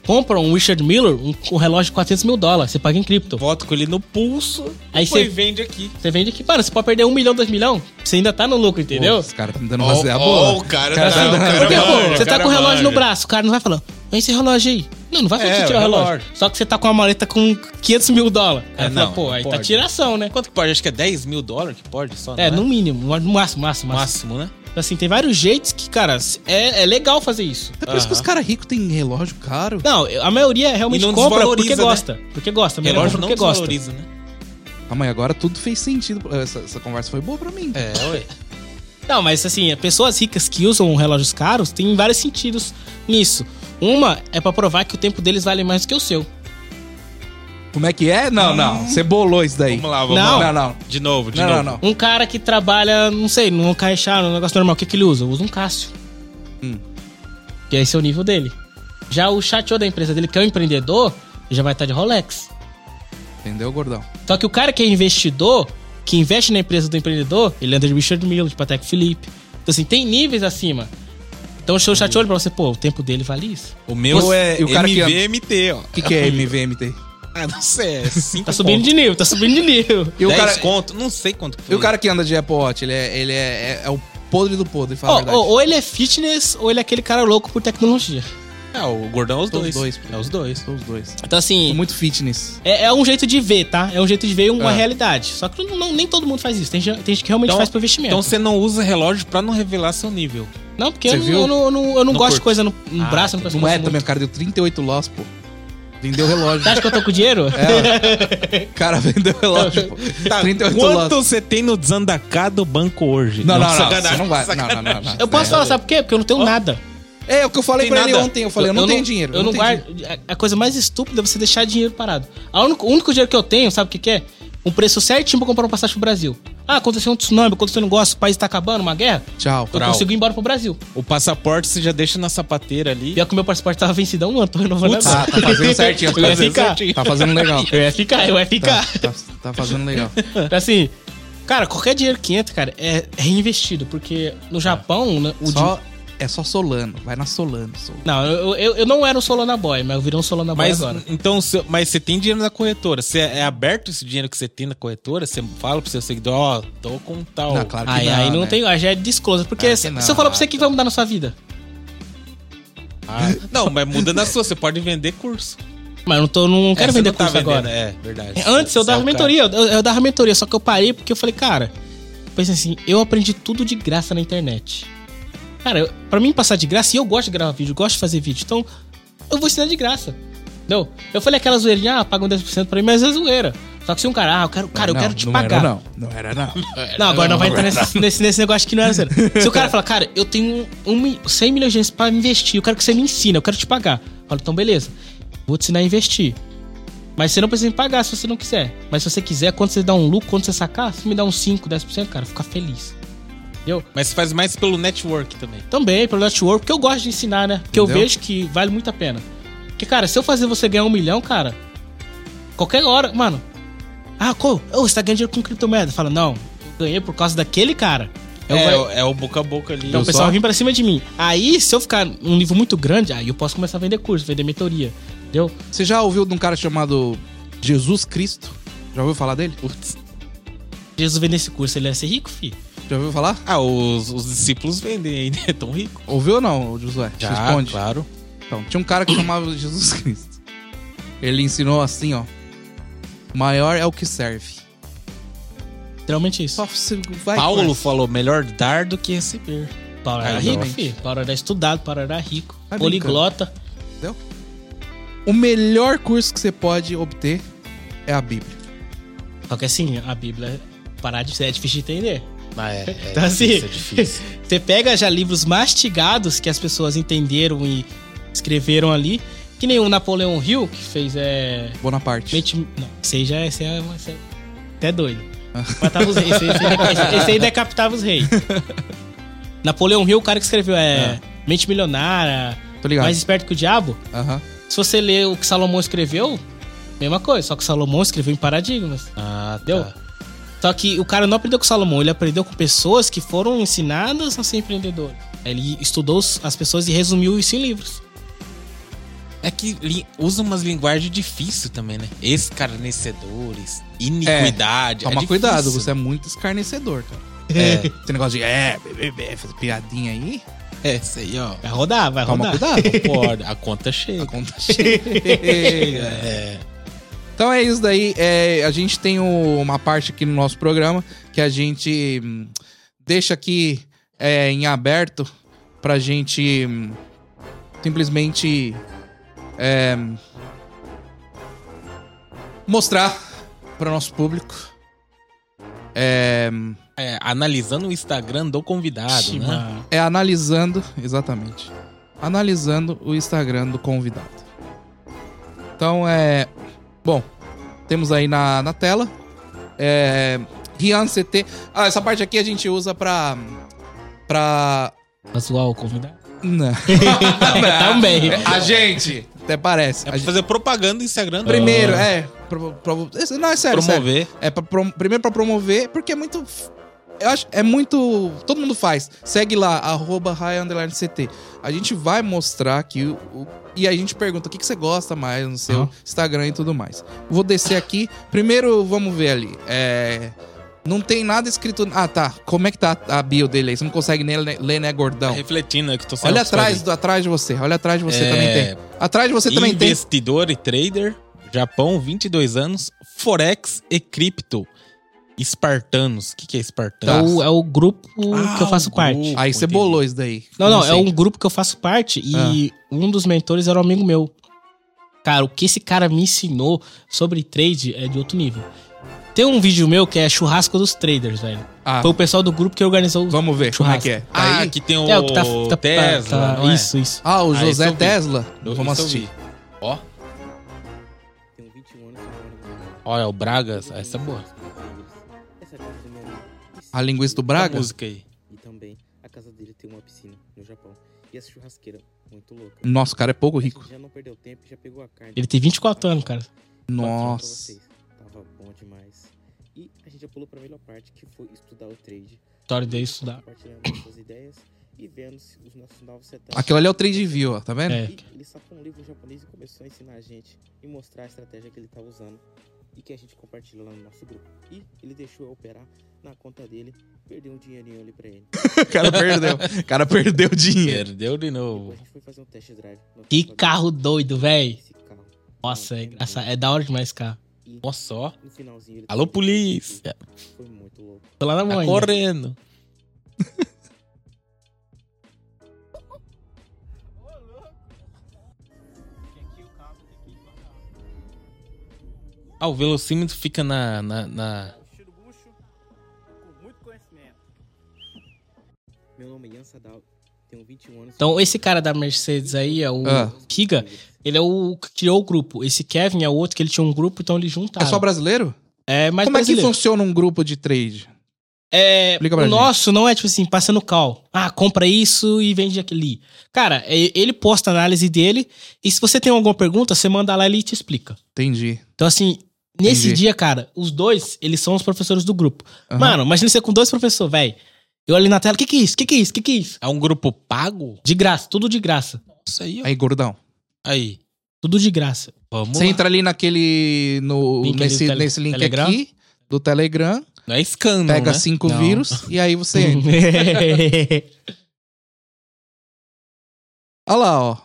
compra um Richard Miller, um, um relógio de 400 mil dólares, você paga em cripto.
Voto com ele no pulso
Aí
e foi
você-
vende aqui.
Você vende aqui, mano, você pode perder um milhão, dois milhão, você ainda tá no lucro, entendeu?
Os caras estão tentando
Ó,
é
fazer a
ó,
bola.
o cara,
Cara,
tá-
tá-
o cara
Porque, pô,
manja,
você
o
tá
cara
com o relógio
manja.
no braço, o cara não vai falar, é esse relógio aí. Não, não vai falar
É,
que você tirar o
o
relógio.
relógio.
Só que você tá com uma maleta com 500 mil dólares. Aí
É,
fala,
não,
pô,
não
aí tá
pode.
tiração, né?
Quanto que pode? Acho que é 10 mil dólares que pode só,
É,
não
no mínimo, no máximo, máximo, máximo.
Máximo, né?
Assim, tem vários jeitos que, cara, é, é legal fazer isso.
É por isso que os caras ricos têm relógio caro.
Não, a maioria realmente
E não
compra porque
desvaloriza, né?
gosta. Porque gosta, a maioria
Relógio
compra
não
porque gosta.
desvaloriza, né?
Ah, mas agora tudo fez sentido. Essa, essa conversa foi boa pra mim.
É, ué.
Não, mas assim, pessoas ricas que usam relógios caros têm vários sentidos nisso. Uma é pra provar que o tempo deles vale mais do que o seu.
Como é que é? Não, não. Você bolou isso daí.
Vamos lá, vamos
Não.
lá.
Não, não.
De novo, de
Não,
novo.
não, não.
Um cara que trabalha, não sei, num caixá, num negócio normal, o que, que ele usa? Usa um Cássio.
Hum.
Que esse é o nível dele. Já o chateou da empresa dele, que é um empreendedor, já vai estar de Rolex.
Entendeu, gordão?
Só que o cara que é investidor, que investe na empresa do empreendedor, ele anda de Richard Miller, de Patek Philippe. Então, assim, tem níveis acima. Então, o show chateou ele pra você, pô, o tempo dele vale isso.
O meu
Você-
é
e o cara que anda-
MVMT, ó.
O que, que é MVMT?
Ah, não sei, é 5
Tá subindo de nível, tá subindo de nível.
E o, cara,
conto, não sei quanto que
e
foi.
o cara que anda de Apple Watch, ele é, ele é, é- é o podre do podre,
Oh,
fala a
Ó,
verdade.
ó, ou ele é fitness, ou ele é aquele cara louco por tecnologia.
É, o gordão é os
São
dois.
os dois, pô.
É os dois.
São os dois.
Então, assim,
Tô muito fitness.
É, é um jeito de ver, tá? É um jeito de ver uma
É.
realidade. Só que não- não- nem todo mundo faz isso. Tem, gen- tem gente que realmente
Então-
faz pro investimento.
Então você não usa relógio pra não revelar seu nível.
não, porque
então, Você viu?
eu, não- eu não- eu não, eu
Não
não gosto de
curte.
coisa no, no
Ah,
braço, eu não gosto de
Não é
coisa
também,
muito.
o cara deu 38 loss, pô. Vendeu relógio.
Você acha que eu tô com dinheiro?
É. O cara vendeu relógio, pô. 38
Tá Quanto
loss.
você tem no desandacá do banco hoje?
Não, não, não. Você
sacanagem.
não vai. Não, não, não, não.
Eu
assim,
posso falar, sabe por quê? Porque eu não tenho nada.
É o que eu falei
Tem
pra ele
nada.
ontem. Eu falei, eu não tenho dinheiro.
Eu não,
tenho dinheiro.
guardo. É, A a coisa mais estúpida é você deixar dinheiro parado. A único- O único dinheiro que eu tenho, sabe o que, que é? Um preço certinho pra comprar uma passagem pro Brasil. Ah, aconteceu um tsunami, aconteceu um negócio, o país tá acabando, uma guerra.
Tchau.
Eu
Brau.
consigo ir embora pro Brasil.
O passaporte você já deixa na sapateira ali.
Pior que o meu passaporte tava vencido há um ano, tô renovando
Putz,
agora.
tá, tá fazendo certinho, tá
Eu ia
fazendo
ficar.
certinho. Tá fazendo legal.
Eu ia ficar, eu ia ficar.
Tá, tá- tá fazendo legal.
Assim, cara, qualquer dinheiro que entra, cara, é reinvestido, porque no Japão, né, o
É.
dinheiro.
Só, é só Solano. Vai na Solano. Solano.
Não, eu, eu, eu não era um Solana Boy, mas eu virei um Solana Boy
Mas
agora.
então, você- mas você tem dinheiro na corretora. Você é aberto esse dinheiro que você tem na corretora? Você fala pro seu seguidor, ó, tô com tal.
Não, claro que
Aí,
não,
aí não
né?
tem, aí já é disclosure, porque
Claro que
se,
não.
se eu falar pra você o que vai mudar na sua vida.
Ah, não, mas muda na sua, você pode vender curso.
Mas eu não, tô, não quero
É, você
vender
não tá
curso
vendendo,
agora.
É, verdade.
Antes eu
Você é
dava
o cara.
mentoria, eu, eu dava mentoria, só que eu parei porque eu falei, cara, pensei assim, eu aprendi tudo de graça na internet. Cara, eu, pra mim passar de graça, e eu gosto de gravar vídeo, eu gosto de fazer vídeo, então eu vou ensinar de graça. Entendeu? Eu falei aquela zoeirinha, ah, pagam 10% pra mim, mas é zoeira. Só que se um cara, ah, eu quero, cara, eu
Não,
quero te
não
pagar.
Era, não, não era, não.
Não, agora É, não, vai entrar nesse, nesse, nesse negócio que não era sério. Se o cara falar, cara, eu tenho um, mi- 100 milhões de reais pra investir, eu quero que você me ensine, eu quero te pagar. Eu falo, então beleza, vou te ensinar a investir. Mas você não precisa me pagar se você não quiser. Mas se você quiser, quando você dá um lucro, quando você sacar, você me dá uns 5, 10%, cara, fica feliz. Entendeu?
Mas você faz mais pelo network também.
Também, pelo network, porque eu gosto de ensinar, né? Porque eu
Entendeu?
vejo que vale muito a pena. Porque, cara, se eu fazer você ganhar um milhão, cara, qualquer hora, mano. Ah, qual? Ô, você tá ganhando dinheiro com criptomoeda. Fala, não, eu ganhei por causa daquele cara. Eu
é,
ganhei-
o- é o boca a boca ali.
então o
Eu
pessoal
só-
vem pra cima de mim. Aí, se eu ficar num nível muito grande, aí eu posso começar a vender curso, vender mentoria. Entendeu?
Você já ouviu de um cara chamado Jesus Cristo? Já ouviu falar dele?
Putz.
Jesus vender esse curso, ele ia ser rico, fi.
Já ouviu falar?
Ah, os, os discípulos vendem aí, né? Tão rico.
Ouviu ou não, Josué? Responde.
claro.
Então, tinha um cara que chamava Jesus Cristo. Ele ensinou assim, ó. Maior é o que serve.
Literalmente isso.
Só você vai.
Paulo
conversa.
falou, melhor dar do que receber.
Paulo era
Ah,
rico,
realmente.
fi. Paulo era estudado, Paulo era rico.
Vai
poliglota.
O melhor curso que você pode obter é a Bíblia.
Só que assim, a Bíblia parar de ser é difícil de entender.
Ah, é.
Então,
Tá
assim, você pega já livros mastigados que as pessoas entenderam e escreveram ali, que nem o Napoleão Hill, que fez é,
Bonaparte.
Mente... Não, esse aí já esse é, esse é até doido. Matava os reis. Esse, esse, esse- esse aí decapitava os reis. Napoleão Hill, o cara que escreveu
Ah.
é, Mente Milionária,
Tô ligado.
Mais Esperto que o Diabo.
Aham.
Se você ler o que Salomão escreveu, mesma coisa. Só que Salomão escreveu em paradigmas.
Ah,
Deu?
tá.
Só que o cara não aprendeu com Salomão, ele aprendeu com pessoas que foram ensinadas a ser empreendedor. Ele estudou os- as pessoas e resumiu isso em livros.
É que li- usa umas linguagens difíceis também, né? Escarnecedores, iniquidade.
Toma
é
cuidado,
difícil.
você é muito escarnecedor, cara.
É,
Esse negócio de é, bebê, bebê, fazer piadinha aí.
é isso aí, ó.
Vai rodar, vai
Toma
rodar.
cuidado.
Concordo, a conta chega.
A conta chega.
É.
Então é isso daí. É, a gente tem o- uma parte aqui no nosso programa que a gente hum, deixa aqui é, em aberto pra gente hum, simplesmente é, hum, mostrar para nosso público. É, hum,
É, analisando o Instagram do convidado,
Ixi,
né?
mano.
é analisando, exatamente, analisando o Instagram do convidado. Então é. Bom, temos aí na, na tela. É. Rian CT. Ah, essa parte aqui a gente usa pra. Pra.
Pra zoar o convidado.
Não.
Também.
A gente. Até parece.
É
A
pra
gente-
fazer propaganda do Instagram. né?
Primeiro, é. pro- pro- esse- não, é sério. sério.
Promover.
É pra prom- primeiro pra promover, porque é muito. Eu acho, é muito. Todo mundo faz. Segue lá, arroba raia underline CT. A gente vai mostrar aqui. O, o- e aí a gente pergunta o que, que você gosta mais no seu
Uhum.
Instagram e tudo mais. Vou descer aqui. Primeiro, vamos ver ali. É, Não tem nada escrito. Ah, tá. Como é que tá a bio dele aí? Você não consegue nem le- ler, né, gordão?
Refletindo, é que tô sendo
Olha
observado.
atrás, do, atrás de você. Olha atrás de você
É,
também tem. Atrás de você também tem.
Investidor e trader, Japão, 22 anos, Forex e cripto. Espartanos. O que, que é
É
Então,
espartanos?
o, é o grupo
Ah,
que eu faço
o
parte.
grupo. Ah,
Aí você
Entendi.
bolou isso daí.
Não, não,
Como
é
assim?
um grupo que eu faço parte e
Ah.
um dos mentores era um amigo meu. Cara, o que esse cara me ensinou sobre trade é de outro nível. Tem um vídeo meu que é churrasco dos traders, velho.
Ah,
Foi o pessoal do grupo que organizou.
vamos ver como é que é.
Ah,
Aí-
que tem o
É, o que tá, tá-
Tesla,
tá-
não é?
Isso, isso.
Ah, o
Ah, esse
José
eu vi.
Tesla?
Eu-
Vamos
isso eu
assistir.
vi. Ó.
Tenho 21 anos e
Ó, é o Bragas. Ah, Essa é boa.
um Essa casa do meu amigo.
A linguiça do
A
Braga?
música aí.
um E também a casa dele tem uma piscina no Japão. E essa churrasqueira, muito louca.
Nossa, o cara é pouco rico.
Já não perdeu tempo e já pegou a carne.
Ele tem 24 anos, cara.
Nossa.
Tava bom demais. E a gente já pulou pra melhor parte, que foi estudar o trade.
História dele estudar.
Compartilhando nossas ideias e vendo se os nossos novos setups.
Aquilo ali é o trade view, ó, tá vendo?
É.
E ele sacou um livro japonês e começou a ensinar a gente e mostrar a estratégia que ele tá usando e que a gente compartilha lá no nosso grupo. E ele deixou eu operar na conta dele, perdeu um dinheirinho ali pra ele.
O cara perdeu. O cara perdeu o dinheiro.
Perdeu de
Depois a
novo.
gente foi fazer um test drive. no
Que
Volkswagen.
carro doido, velho.
Esse carro.
Nossa,
Não,
é
não.
engraçado. É da hora demais esse carro.
E
Nossa, só.
no finalzinho ele
Alô,
tava com um
polícia.
desafio. Foi muito louco.
Tô lá na
Tá
mãe.
correndo. Ah, o velocímetro fica na, na, na-
Meu nome é Ian Sadal, tenho 21 anos.
Então, esse cara da Mercedes aí, é o
Ah.
Kiga, ele é o que criou o grupo. Esse Kevin é o outro que ele tinha um grupo, então ele
É
juntaram.
só brasileiro?
É, mas
Como é que
brasileiro.
funciona um grupo de trade?
É,
Explica pra
o
gente.
nosso não é tipo assim, passando cal. Ah, compra isso e vende aquele. Cara, é- ele posta a análise dele e se você tem alguma pergunta, você manda lá e ele te explica.
Entendi.
Então, assim, nesse
Entendi.
dia, cara, os dois, eles são os professores do grupo.
Aham.
Mano, imagina você com dois professores, velho. Eu ali na tela, que que é isso? Que que é isso? Que que é isso?
É um grupo pago?
De graça, tudo de graça.
Isso aí, ó.
Aí, gordão.
Aí.
Tudo de graça.
Vamos
Você
lá.
entra ali naquele. No,
Link ali
nesse,
do tele-
nesse link
Telegram?
aqui do Telegram.
Não é escândalo,
Pega assim.
né?
cinco
Não.
vírus e aí você entra. Olha lá, ó.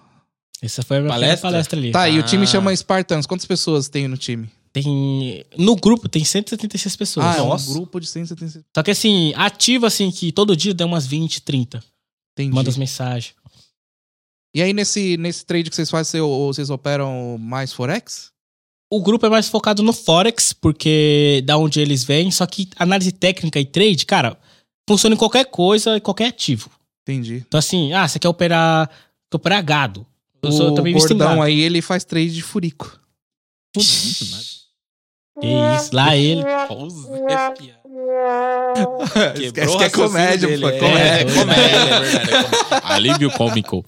Essa foi a minha
Palestra?
palestra, palestra ali.
Tá, e o time
Ah.
chama Spartans. Quantas pessoas tem no time?
Tem, no grupo tem 176 pessoas.
Ah, é um
Nossa.
grupo de 176.
Só que assim, ativa assim, que todo dia dá umas 20, 30.
Entendi.
Manda as mensagens.
E aí, nesse, nesse trade que vocês fazem, você- ou vocês operam mais Forex?
O grupo é mais focado no Forex, porque da onde eles vêm. Só que análise técnica e trade, cara, funciona em qualquer coisa, em qualquer ativo.
Entendi.
Então assim, ah, você quer operar, quer operar gado. Eu sou
o
também visto em
gordão
gado.
aí, ele faz trade de furico.
Que isso, lá ele.
Pausa, é piada.
Esquece que é
o raciocínio
comédia,
dele.
pô,
É,
comédia.
é comédia, é verdade. é comédia. Alívio cômico.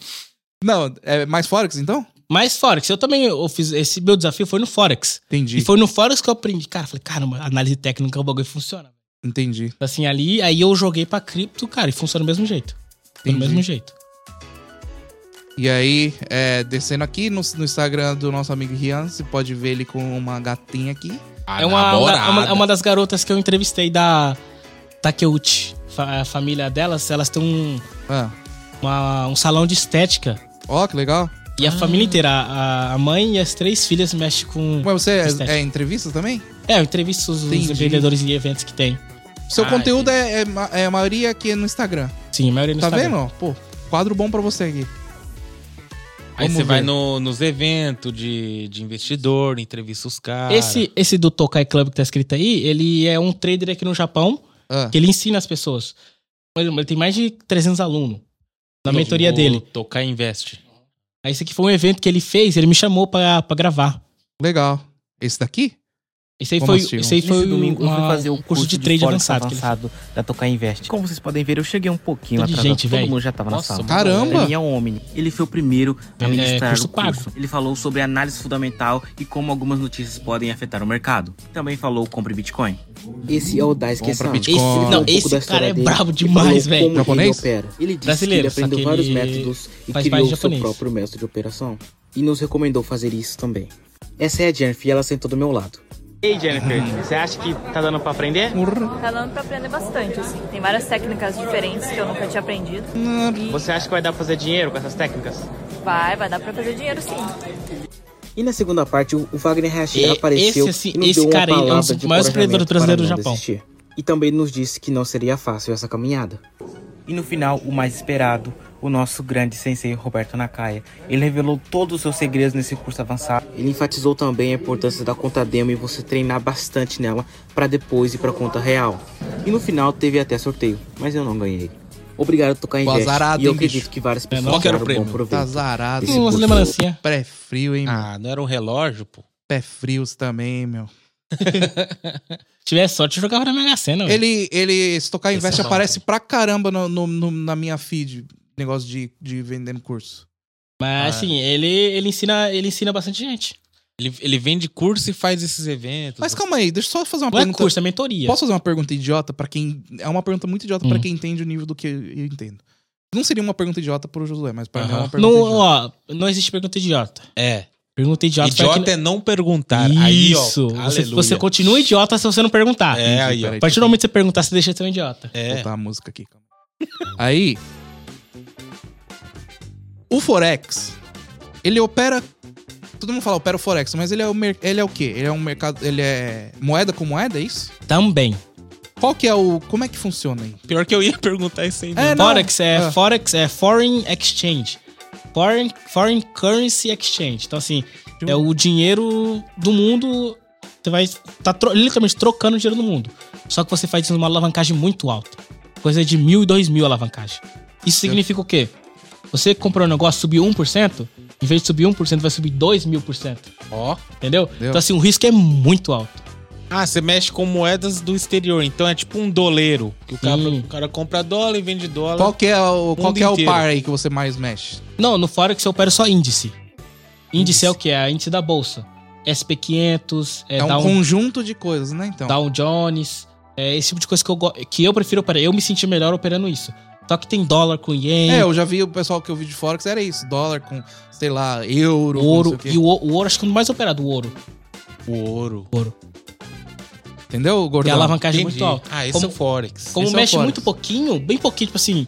Não, é mais Forex, então?
Mas Forex, eu também eu fiz. Esse meu desafio foi no Forex.
Entendi.
E foi no Forex que eu aprendi. Cara, eu falei, caramba, análise técnica, o bagulho funciona.
Entendi.
Assim, ali, aí eu joguei pra cripto, cara, e funciona do mesmo jeito. Foi Do
Entendi.
mesmo jeito.
E aí, é, descendo aqui no, no Instagram do nosso amigo Rian, você pode ver ele com uma gatinha aqui.
A
É uma,
namorada.
uma, uma- é uma das garotas que eu entrevistei da Takeuchi. Fa- a família delas, elas têm um,
Ah,
uma- um salão de estética.
Ó, que legal.
E a família inteira, a, a mãe e as três filhas mexem com.
Mas você
Estética.
é, é entrevista também?
É, eu entrevisto os, os
Entendi.
empreendedores e eventos que tem.
Seu
Ah,
conteúdo é, é ma- é a maioria aqui no Instagram.
Sim, a maioria no
tá
Instagram.
vendo? Pô, quadro bom pra você aqui.
Aí
Vamos
você vai
ver.
no- nos eventos de, de investidor, entrevista os caras.
Esse, esse do Tokai Club que tá escrito aí, ele é um trader aqui no Japão,
Ah,
que ele ensina as pessoas. Ele, ele tem mais de 300 alunos na mentoria
O
dele.
Tocar Invest.
Aí esse aqui foi um evento que ele fez, ele me chamou pra, pra gravar.
legal. Esse daqui?
Esse aí
Vamos
foi,
assistir,
esse aí
Nesse
foi
domingo eu
uma-
fui fazer o
um curso de trade
Forex
avançado. que ele
avançado da Tocar Invest. Como vocês podem ver, eu cheguei um pouquinho
Tá de
atrasado.
gente,
Todo
velho.
mundo já tava
Nossa,
na sala.
Caramba!
Daniel Omni. Ele foi o primeiro a
É,
ministrar
curso
o curso.
pago.
Ele falou sobre análise fundamental e como algumas notícias podem afetar o mercado. Também falou compre Bitcoin.
Esse é o Daisuke
Compra
San.
Bitcoin. Esse-
Ele
não,
falou um pouco
esse
da história
cara é
dele
brabo
e
demais,
falou
velho.
como
Japonês?
Ele, opera. ele disse
Brasileiro,
que ele aprendeu
só que
vários
ele
métodos e
faz
criou
mais
o seu
japonês.
próprio método de operação. E nos recomendou fazer isso também. Essa é a Jennifer e ela sentou do meu lado.
Ei, Jennifer, você acha que tá dando pra aprender?
Hum.
Urra.
Tá dando pra aprender bastante, assim. Tem várias técnicas diferentes que eu nunca tinha aprendido.
Você acha que vai dar pra fazer dinheiro com essas técnicas?
Vai, vai dar pra fazer dinheiro sim.
E na segunda parte, o o Wagner Hayashi
É,
apareceu
esse, assim,
e nos
esse
deu uma
cara aí é um
palavra
dos
de
maiores empreendedores
encorajamento para
brasileiros do
não
Japão.
desistir. E também nos disse que não seria fácil essa caminhada.
E no final, o mais esperado, o nosso grande sensei Roberto Nakaya. Ele revelou todos os seus segredos nesse curso avançado.
Ele enfatizou também a importância da conta demo e você treinar bastante nela para depois ir para conta real. E no final teve até sorteio, mas eu não ganhei. Obrigado por tocar em
Pô,
Invest,
azarado,
e eu
hein,
acredito
bicho?
que várias pessoas
Qual que era o
tiveram um bom
prêmio?
Tá
proveito.
zarado.
Esse
Umas
curso-
lembrancinhas.
Pré frio, hein, meu?
Ah, não era um relógio, pô.
Pé frios também, meu.
Se tivesse sorte, eu jogava na Mega Sena. velho.
Ele, ele, se tocar
Hum. Esse é
investe,
bom.
aparece pra caramba no, no- no- na minha feed. Negócio de, de vendendo curso.
Mas
Ah.
assim, ele, ele, ensina, ele ensina bastante gente.
Ele, ele vende curso e faz esses eventos.
Mas calma aí, deixa eu só fazer uma
Não é
pergunta.
curso, é mentoria.
Posso fazer uma pergunta idiota pra quem. É uma pergunta muito idiota pra
Hum.
quem entende o nível do que eu entendo. Não seria uma pergunta idiota pro Josué, mas pra mim é uma
Aham.
pergunta
não,
idiota.
ó, não existe pergunta idiota.
É.
Pergunta idiota. foi
Idiota
aquele-
é não perguntar. Aí, ó.
Isso. você,
aleluia.
você continua idiota se você não perguntar. Uhum.
É, aí, ó.
Peraí,
A partir do momento que você perguntar, você deixa de ser um idiota.
Vou
É.
botar a música aqui. calma. Aí. O Forex, ele opera. Todo mundo fala opera o Forex, mas ele é o, mer- ele é o quê? Ele é um mercado. Ele é moeda com moeda, é isso?
Também.
Qual que é o. Como é que funciona aí?
Pior que eu ia perguntar isso aí. né?
É,
mesmo.
não.
Forex é
Ah.
Forex é Foreign Exchange. Foreign, foreign Currency Exchange. Então, assim, é o dinheiro do mundo. Você vai tá tro- literalmente trocando o dinheiro do mundo. Só que você faz isso numa alavancagem muito alta. Coisa de mil e dois mil alavancagem. Isso significa o quê? Você comprou um negócio, subiu 1%, em vez de subir 1%, vai subir 2 mil por cento.
Ó.
Entendeu?
Entendeu?
Então, assim, o risco é muito alto.
Ah, você mexe com moedas do exterior. Então é tipo um doleiro. Que o cara,
Sim.
o cara compra dólar e vende dólar.
Qual que é o, qual
Mundo
que é o
inteiro.
par aí que você mais mexe?
Não, no Forex eu opero só índice. Índice, é o que? É a índice da bolsa. SP500, é,
É, um
Dow
conjunto de coisas, né? Então.
Dow Jones, é esse tipo de coisa que eu, go- que eu prefiro operar. Eu me senti melhor operando isso. Só que tem dólar com ien,
É, eu já vi o pessoal que eu vi de Forex, era isso. Dólar com, sei lá, euro, com
ouro.
não sei o quê.
E o, o ouro, acho que é o mais operado, o ouro.
O ouro.
Entendeu,
Que é a
gordão?
alavancagem
Entendi.
muito alta.
Ah, esse
Como-
é o Forex.
Como
Esse é o
mexe
Forex.
muito pouquinho, bem pouquinho, tipo assim,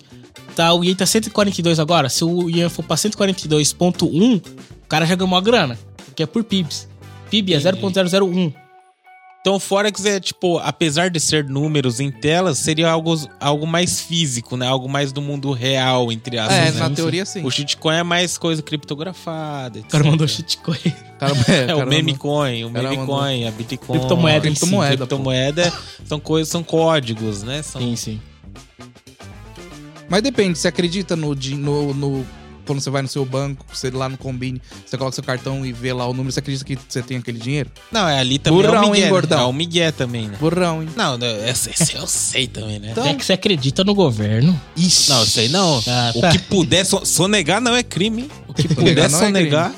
tá, o ien tá 142 agora. Se o ien for pra 142.1, o cara já ganhou uma grana. Porque é por PIBs. PIB é
Entendi.
0.001.
Então, o Forex é tipo, apesar de ser números em telas, seria algo, algo mais físico, né? Algo mais do mundo real, entre aspas.
É,
né?
na teoria sim.
O shitcoin é mais coisa criptografada.
O cara
etc.
mandou shitcoin.
Cara,
É, o
cara,
meme coin, o
cara
meme
mandou.
coin, a bitcoin.
Criptomoeda em si,
criptomoeda, pô.
Criptomoeda são coisas, são códigos, né? São
Sim, sim.
Mas depende, você acredita no, di- no, no- Quando você vai no seu banco, você lá no combine, você coloca seu cartão e vê lá o número, você acredita que você tem aquele dinheiro?
Não, é ali também
Burrão,
é o
hein,
Miguel.
gordão?
É o Miguel também, né?
Burrão, hein?
Não, não essa, essa eu sei também, né?
Então-
É que você acredita no governo.
Ixi.
Não, eu sei não.
Ah,
o
tá.
que puder, so- sonegar não é crime, hein? O que
Sonegar
puder
não é
sonegar,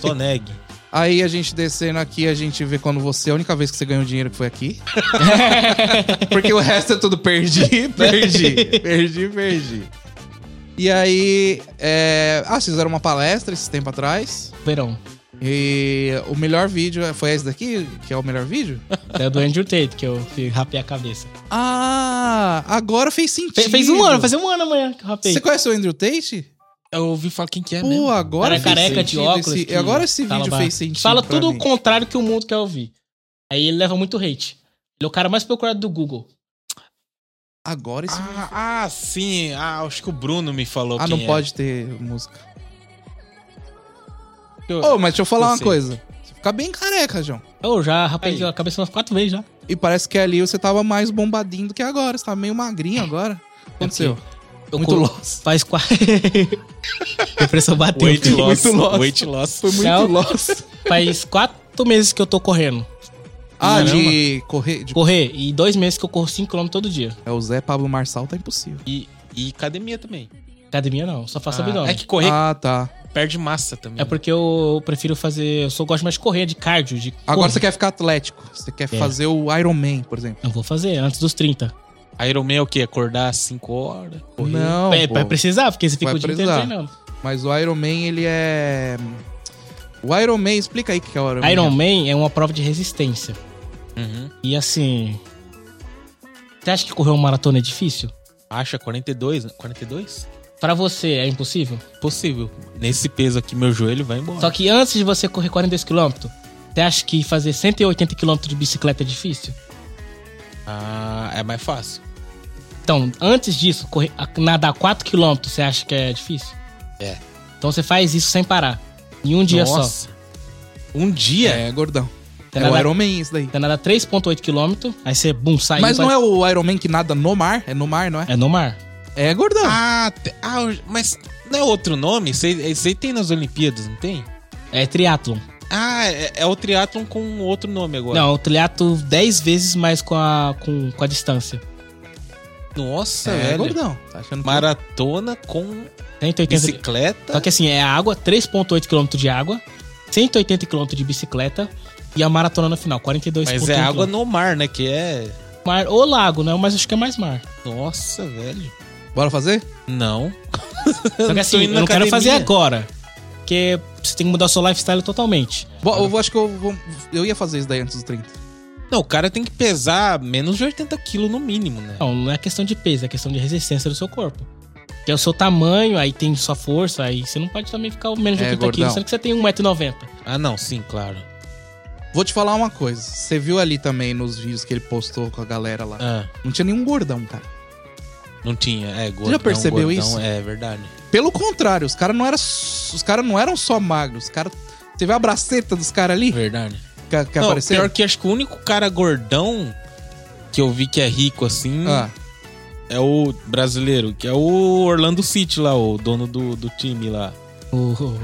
sonegue.
Aí a gente descendo aqui, a gente vê quando você. A única vez que você ganhou dinheiro que foi aqui. Porque o resto é tudo perdi, perdi. Perdi, perdi. E aí. é, Ah, vocês fizeram uma palestra esse tempo atrás.
Verão.
E o melhor vídeo. é- Foi esse daqui? Que é o melhor vídeo?
É do Andrew Tate, que eu fui rapear a cabeça.
Ah! Agora fez
Fe-
sentido.
fez um ano, fazia um ano amanhã que eu rapei.
Você conhece o Andrew Tate?
Eu ouvi falar quem que é
Pô,
mesmo.
agora
Era
fez
careca de
sentido
óculos.
esse-
que
Agora esse
fala
vídeo
bar-
fez sentido.
Fala
pra
tudo o
mim.
contrário que o mundo quer ouvir. Aí ele leva muito hate. Ele é o cara mais procurado do Google.
Agora esse vídeo.
Ah, ah, sim. Ah, acho que o Bruno me falou
Ah,
quem
não
é.
pode ter música.
Eu-
Ô, mas deixa eu falar
Eu
uma
sei.
coisa. Você fica bem careca, João.
Eu já rapei
Aí.
a cabeça umas quatro vezes já.
E parece que ali você tava mais bombadinho do que agora. Você tá meio magrinho agora. O que aconteceu?
Eu
Muito
colo-
loss.
Faz quase. Depressão bateu.
Weight
filho.
loss.
Muito loss.
Weight loss.
Foi muito
Não.
loss.
Faz quatro meses que eu tô correndo.
Ah,
Caramba.
de correr. de-
Correr e dois meses que eu corro 5km todo dia.
É, o Zé Pablo Marçal tá impossível.
E, e academia também.
Academia não, só faço
Ah,
abdômen.
é que correr
Ah, tá.
perde massa também.
É porque eu prefiro fazer. Eu só gosto mais de correr, de cardio. De
Agora
correr.
você quer ficar atlético. Você quer
É.
fazer o Iron Man, por exemplo.
Eu vou fazer antes dos 30.
Iron Man é o quê? Acordar às 5 horas? correr?
Não,
é,
pô.
vai precisar, porque você fica
Vai
o dia inteiro
precisar.
treinando.
mas o Iron Man, ele é... O Iron Man, explica aí o que é o Iron Man.
Iron Man é uma prova de resistência.
Uhum.
E assim. Você acha que correr uma maratona é difícil?
Acha 42? né? 42?
Pra você é impossível?
Possível. Nesse peso aqui, meu joelho vai embora.
Só que antes de você correr 42 km, você acha que fazer 180 km de bicicleta é difícil?
Ah, é mais fácil.
Um Então, antes disso, correr, a- nadar 4 km, você acha que é difícil?
É.
Então você faz isso sem parar. Em um dia só.
Nossa. Um dia?
É, gordão.
Você
é o
nada,
Iron Man isso daí.
você nada 3,8 km, aí você, bum, sai.
Mas não é o Iron Man que nada no mar? É no mar, não é?
É no mar.
É, gordão.
Ah, te- ah, mas não é outro nome? Você tem nas Olimpíadas, não tem?
É triatlon.
Ah, é, é o triatlon com outro nome agora.
Não, o triatlo 10 vezes mais com a, com, com a distância.
Nossa,
é,
velho.
gordão. Tá achando que...
Maratona com
180
bicicleta.
Só que assim, é água, 3,8 km de água, 180 km de bicicleta e a maratona no final, 42
Mas é água no mar, né? Que é.
um mar ou lago, né? Mas acho que é mais mar.
Nossa, velho.
Bora fazer?
Não.
Só
tô
que assim, eu
indo na
não quero
academia.
fazer agora. Porque você tem que mudar o seu lifestyle totalmente.
Bo- eu vou- acho que eu vou... Eu ia fazer isso daí antes dos 30.
Não, o cara tem que pesar menos de 80 quilos no mínimo, né?
Não, não é questão de peso, é questão de resistência do seu corpo. Que é o seu tamanho, aí tem sua força, aí você não pode também ficar menos de
É,
80
gordão.
quilos, sendo que você tem 1,90m.
Ah, não, sim, claro.
Vou te falar uma coisa. Você viu ali também nos vídeos que ele postou com a galera lá.
Ah,
Não tinha nenhum gordão, cara.
não tinha. É, gordão,
percebeu
gordão,
isso?
É verdade.
Pelo contrário, os caras não, era, os cara não eram só magros. Os cara, você viu a braceta dos caras ali
Verdade.
que, que
É. Não,
apareceram?
Pior que acho que o único cara gordão que eu vi que é rico assim
Ah,
é o brasileiro, que é o Orlando City lá, o dono do, do time lá.
O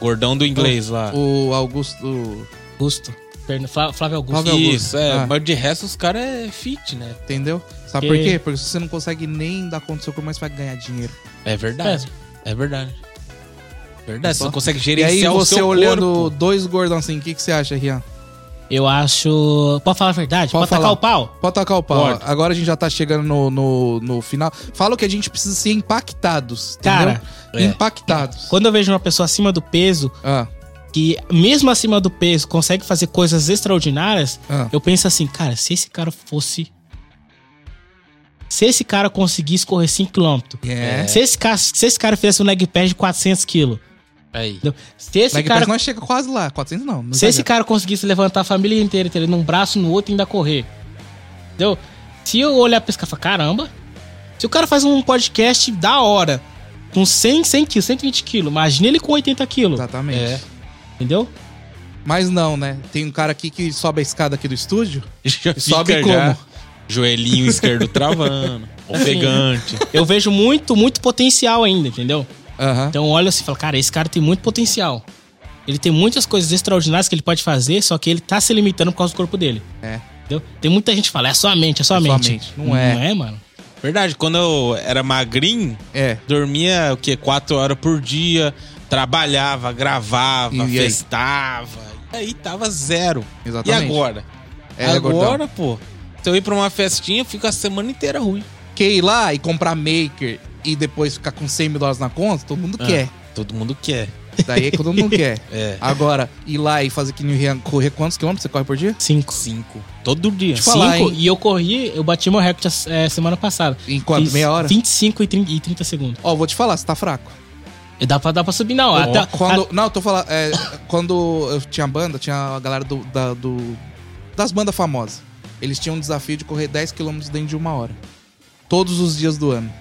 Gordão do inglês lá.
o Augusto.
Augusto. Fern- Flá- Flávio Augusto.
Flávio Augusto.
Isso, é.
Ah.
Mas de resto os caras é fit, né?
Entendeu? Sabe
Que-
por quê? Porque você não consegue nem dar conta do seu corpo, mas vai ganhar dinheiro.
É verdade. É, verdade. Verdade. Você
Só-
não consegue
E
gerenciar
aí
o
você
seu
olhando
corpo.
dois gordão assim, o que, que você acha, Rian?
Eu acho. Pode falar a verdade?
Pode
Pode,
falar.
tacar o pau?
Pode tacar o pau.
Pode.
Agora a gente já tá chegando no, no, no final. Fala que a gente precisa ser impactados.
Cara,
entendeu?
é.
impactados.
Quando eu vejo uma pessoa acima do peso,
Ah,
que mesmo acima do peso consegue fazer coisas extraordinárias,
ah.
eu penso assim, cara, se esse cara fosse. Se esse cara conseguisse correr 5km.
É.
Se, esse cara, se esse cara fizesse um leg press de 400kg.
Aí.
Se esse
Leg
cara.
press nós chega quase lá, 400 não. tá não
Se esse
exagero.
cara conseguisse levantar a família inteira, entendeu? Num braço, no outro e ainda correr. Entendeu? Se eu olhar pra esse cara e falar, caramba. Se o cara faz um podcast da hora, com 100, 100 quilos, 120 quilos, imagina ele com 80 quilos,
Exatamente.
É.
entendeu?
Mas não, né? Tem um cara aqui que sobe a escada aqui do estúdio.
Já
E sobe
fica já
como?
Joelhinho esquerdo travando. Ofegante.
Eu vejo muito, muito potencial ainda, entendeu?
Aham.
Então eu olho assim e falo, cara, esse cara tem muito potencial. Ele tem muitas coisas extraordinárias que ele pode fazer, só que ele tá se limitando por causa do corpo dele.
É.
Entendeu? Tem muita gente que fala, é só a mente, é só a
É só a
mente.
mente. Não é.
Não é, mano.
Verdade, quando eu era magrinho,
É.
dormia o quê? Quatro horas por dia, trabalhava, gravava,
E aí?
festava. E aí tava zero.
Exatamente.
E agora?
É, gordão.
agora, pô. Se eu ir pra uma festinha, fico a semana inteira ruim.
Que ir lá e comprar maker e depois ficar com 100 mil dólares na conta, todo mundo quer.
Todo mundo quer.
Daí é que todo mundo quer.
É.
Agora, ir lá e fazer que nem o Rian, correr quantos quilômetros você corre por dia?
Cinco.
Cinco. Todo dia.
Deixa eu falar,
Cinco.
hein?
E eu corri, eu bati meu recorde eh, semana passada.
Em quanto?
Fiz
Meia hora?
25 e 30, e 30 segundos.
Ó, vou te falar, você tá fraco.
E dá pra, dá pra subir, não.
Eu-
até,
quando, Não, eu tô falando. é, quando eu tinha banda, tinha a galera do, da- do- das bandas famosas. Eles tinham um desafio de correr 10km dentro de uma hora. Todos os dias do ano.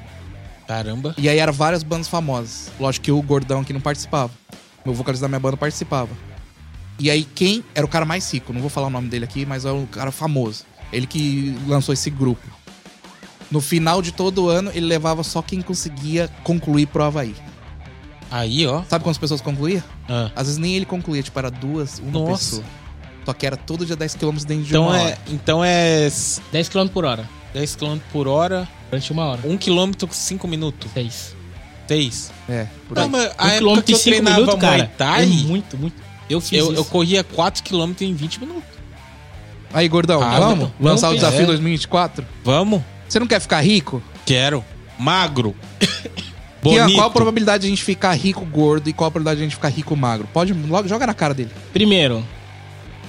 Caramba.
E aí eram várias bandas famosas. Lógico que o gordão aqui não participava. O vocalista da minha banda participava. E aí quem era o cara mais rico? Não vou falar o nome dele aqui, mas é um cara famoso. Ele que lançou esse grupo. No final de todo ano, ele levava só quem conseguia concluir prova aí.
Aí, ó.
Sabe quantas pessoas concluía?
Ah.
Às vezes nem ele concluía, tipo, era duas, uma
Nossa.
pessoa. Só que era todo dia 10km dentro de
Então
uma
é,
hora.
então é
10 km por hora.
10 km por hora,
Durante uma hora.
1 km 5 minutos.
Seis.
6.
É, por
Não,
aí.
mas
Um
a época
quilômetro
que
e
eu
cinco
treinava
minutos, cara.
Muay Thai,
É muito, muito. Eu fiz
eu,
isso.
eu corria 4 km em 20 minutos.
Aí, gordão,
Ah,
vamos?
então.
Lançar o
Vamos,
desafio
é.
2024?
Vamos?
Você não quer ficar rico?
Quero. Magro.
Ian,
é?
Bonito.
qual a probabilidade de a gente ficar rico gordo e qual a probabilidade de a gente ficar rico magro? Pode, logo, joga na cara dele.
Primeiro,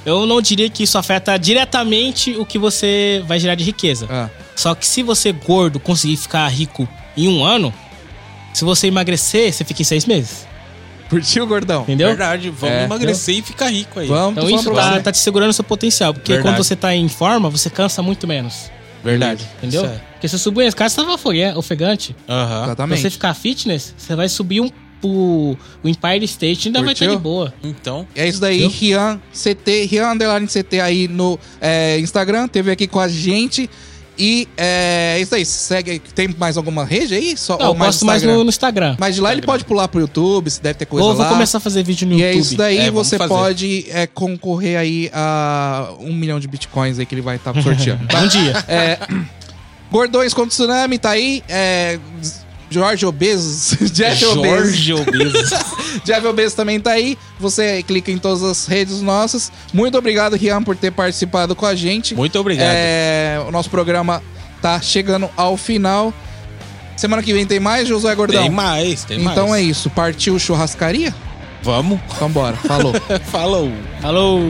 eu não diria que isso afeta diretamente o que você vai gerar de riqueza.
Ah,
Só que se você gordo conseguir ficar rico em um ano, se você emagrecer, você fica em seis meses.
curtiu, gordão?
Entendeu?
Verdade, vamos
É.
emagrecer e ficar rico aí.
Vamos,
Então
tô falando
isso
pra
tá,
você.
tá te segurando o seu potencial. Porque
Verdade.
quando você tá em forma, você cansa muito menos.
Verdade.
Entendeu? Tá.
Isso é.
Porque você subir as escada, você tava fogue- ofegante.
Aham.
Exatamente.
Se você ficar fitness, você vai subir um, o, o Empire State e ainda vai estar
Curtiu?
de boa.
Então,
É isso daí, Rian CT, Rian Underline CT aí no é, Instagram, teve aqui com a gente. E é isso aí, segue. Tem mais alguma rede aí? Só,
Não,
ou
eu
mais
gosto mais
Instagram?
no, no Instagram.
Mas de lá ele pode pular pro YouTube, se deve ter coisa
Ou eu
lá.
vou começar a fazer vídeo no
E é
YouTube.
isso daí,
É, vamos
você
fazer.
pode é, concorrer aí a um milhão de bitcoins aí que ele vai estar sorteando. tá?
Um dia.
É, Gordões contra o Tsunami tá aí. É, Jorge Obesos. Jeff Obesos.
Jorge Obeso.
Jeff Obesos também tá aí. Você clica em todas as redes nossas. Muito obrigado, Rian, por ter participado com a gente.
Muito obrigado.
É, o nosso programa tá chegando ao final. Semana que vem tem mais, Josué Gordão?
Tem mais, tem mais.
então é isso. Partiu churrascaria?
Vamos.
é
Então bora. Falou.
Falou.
Falou!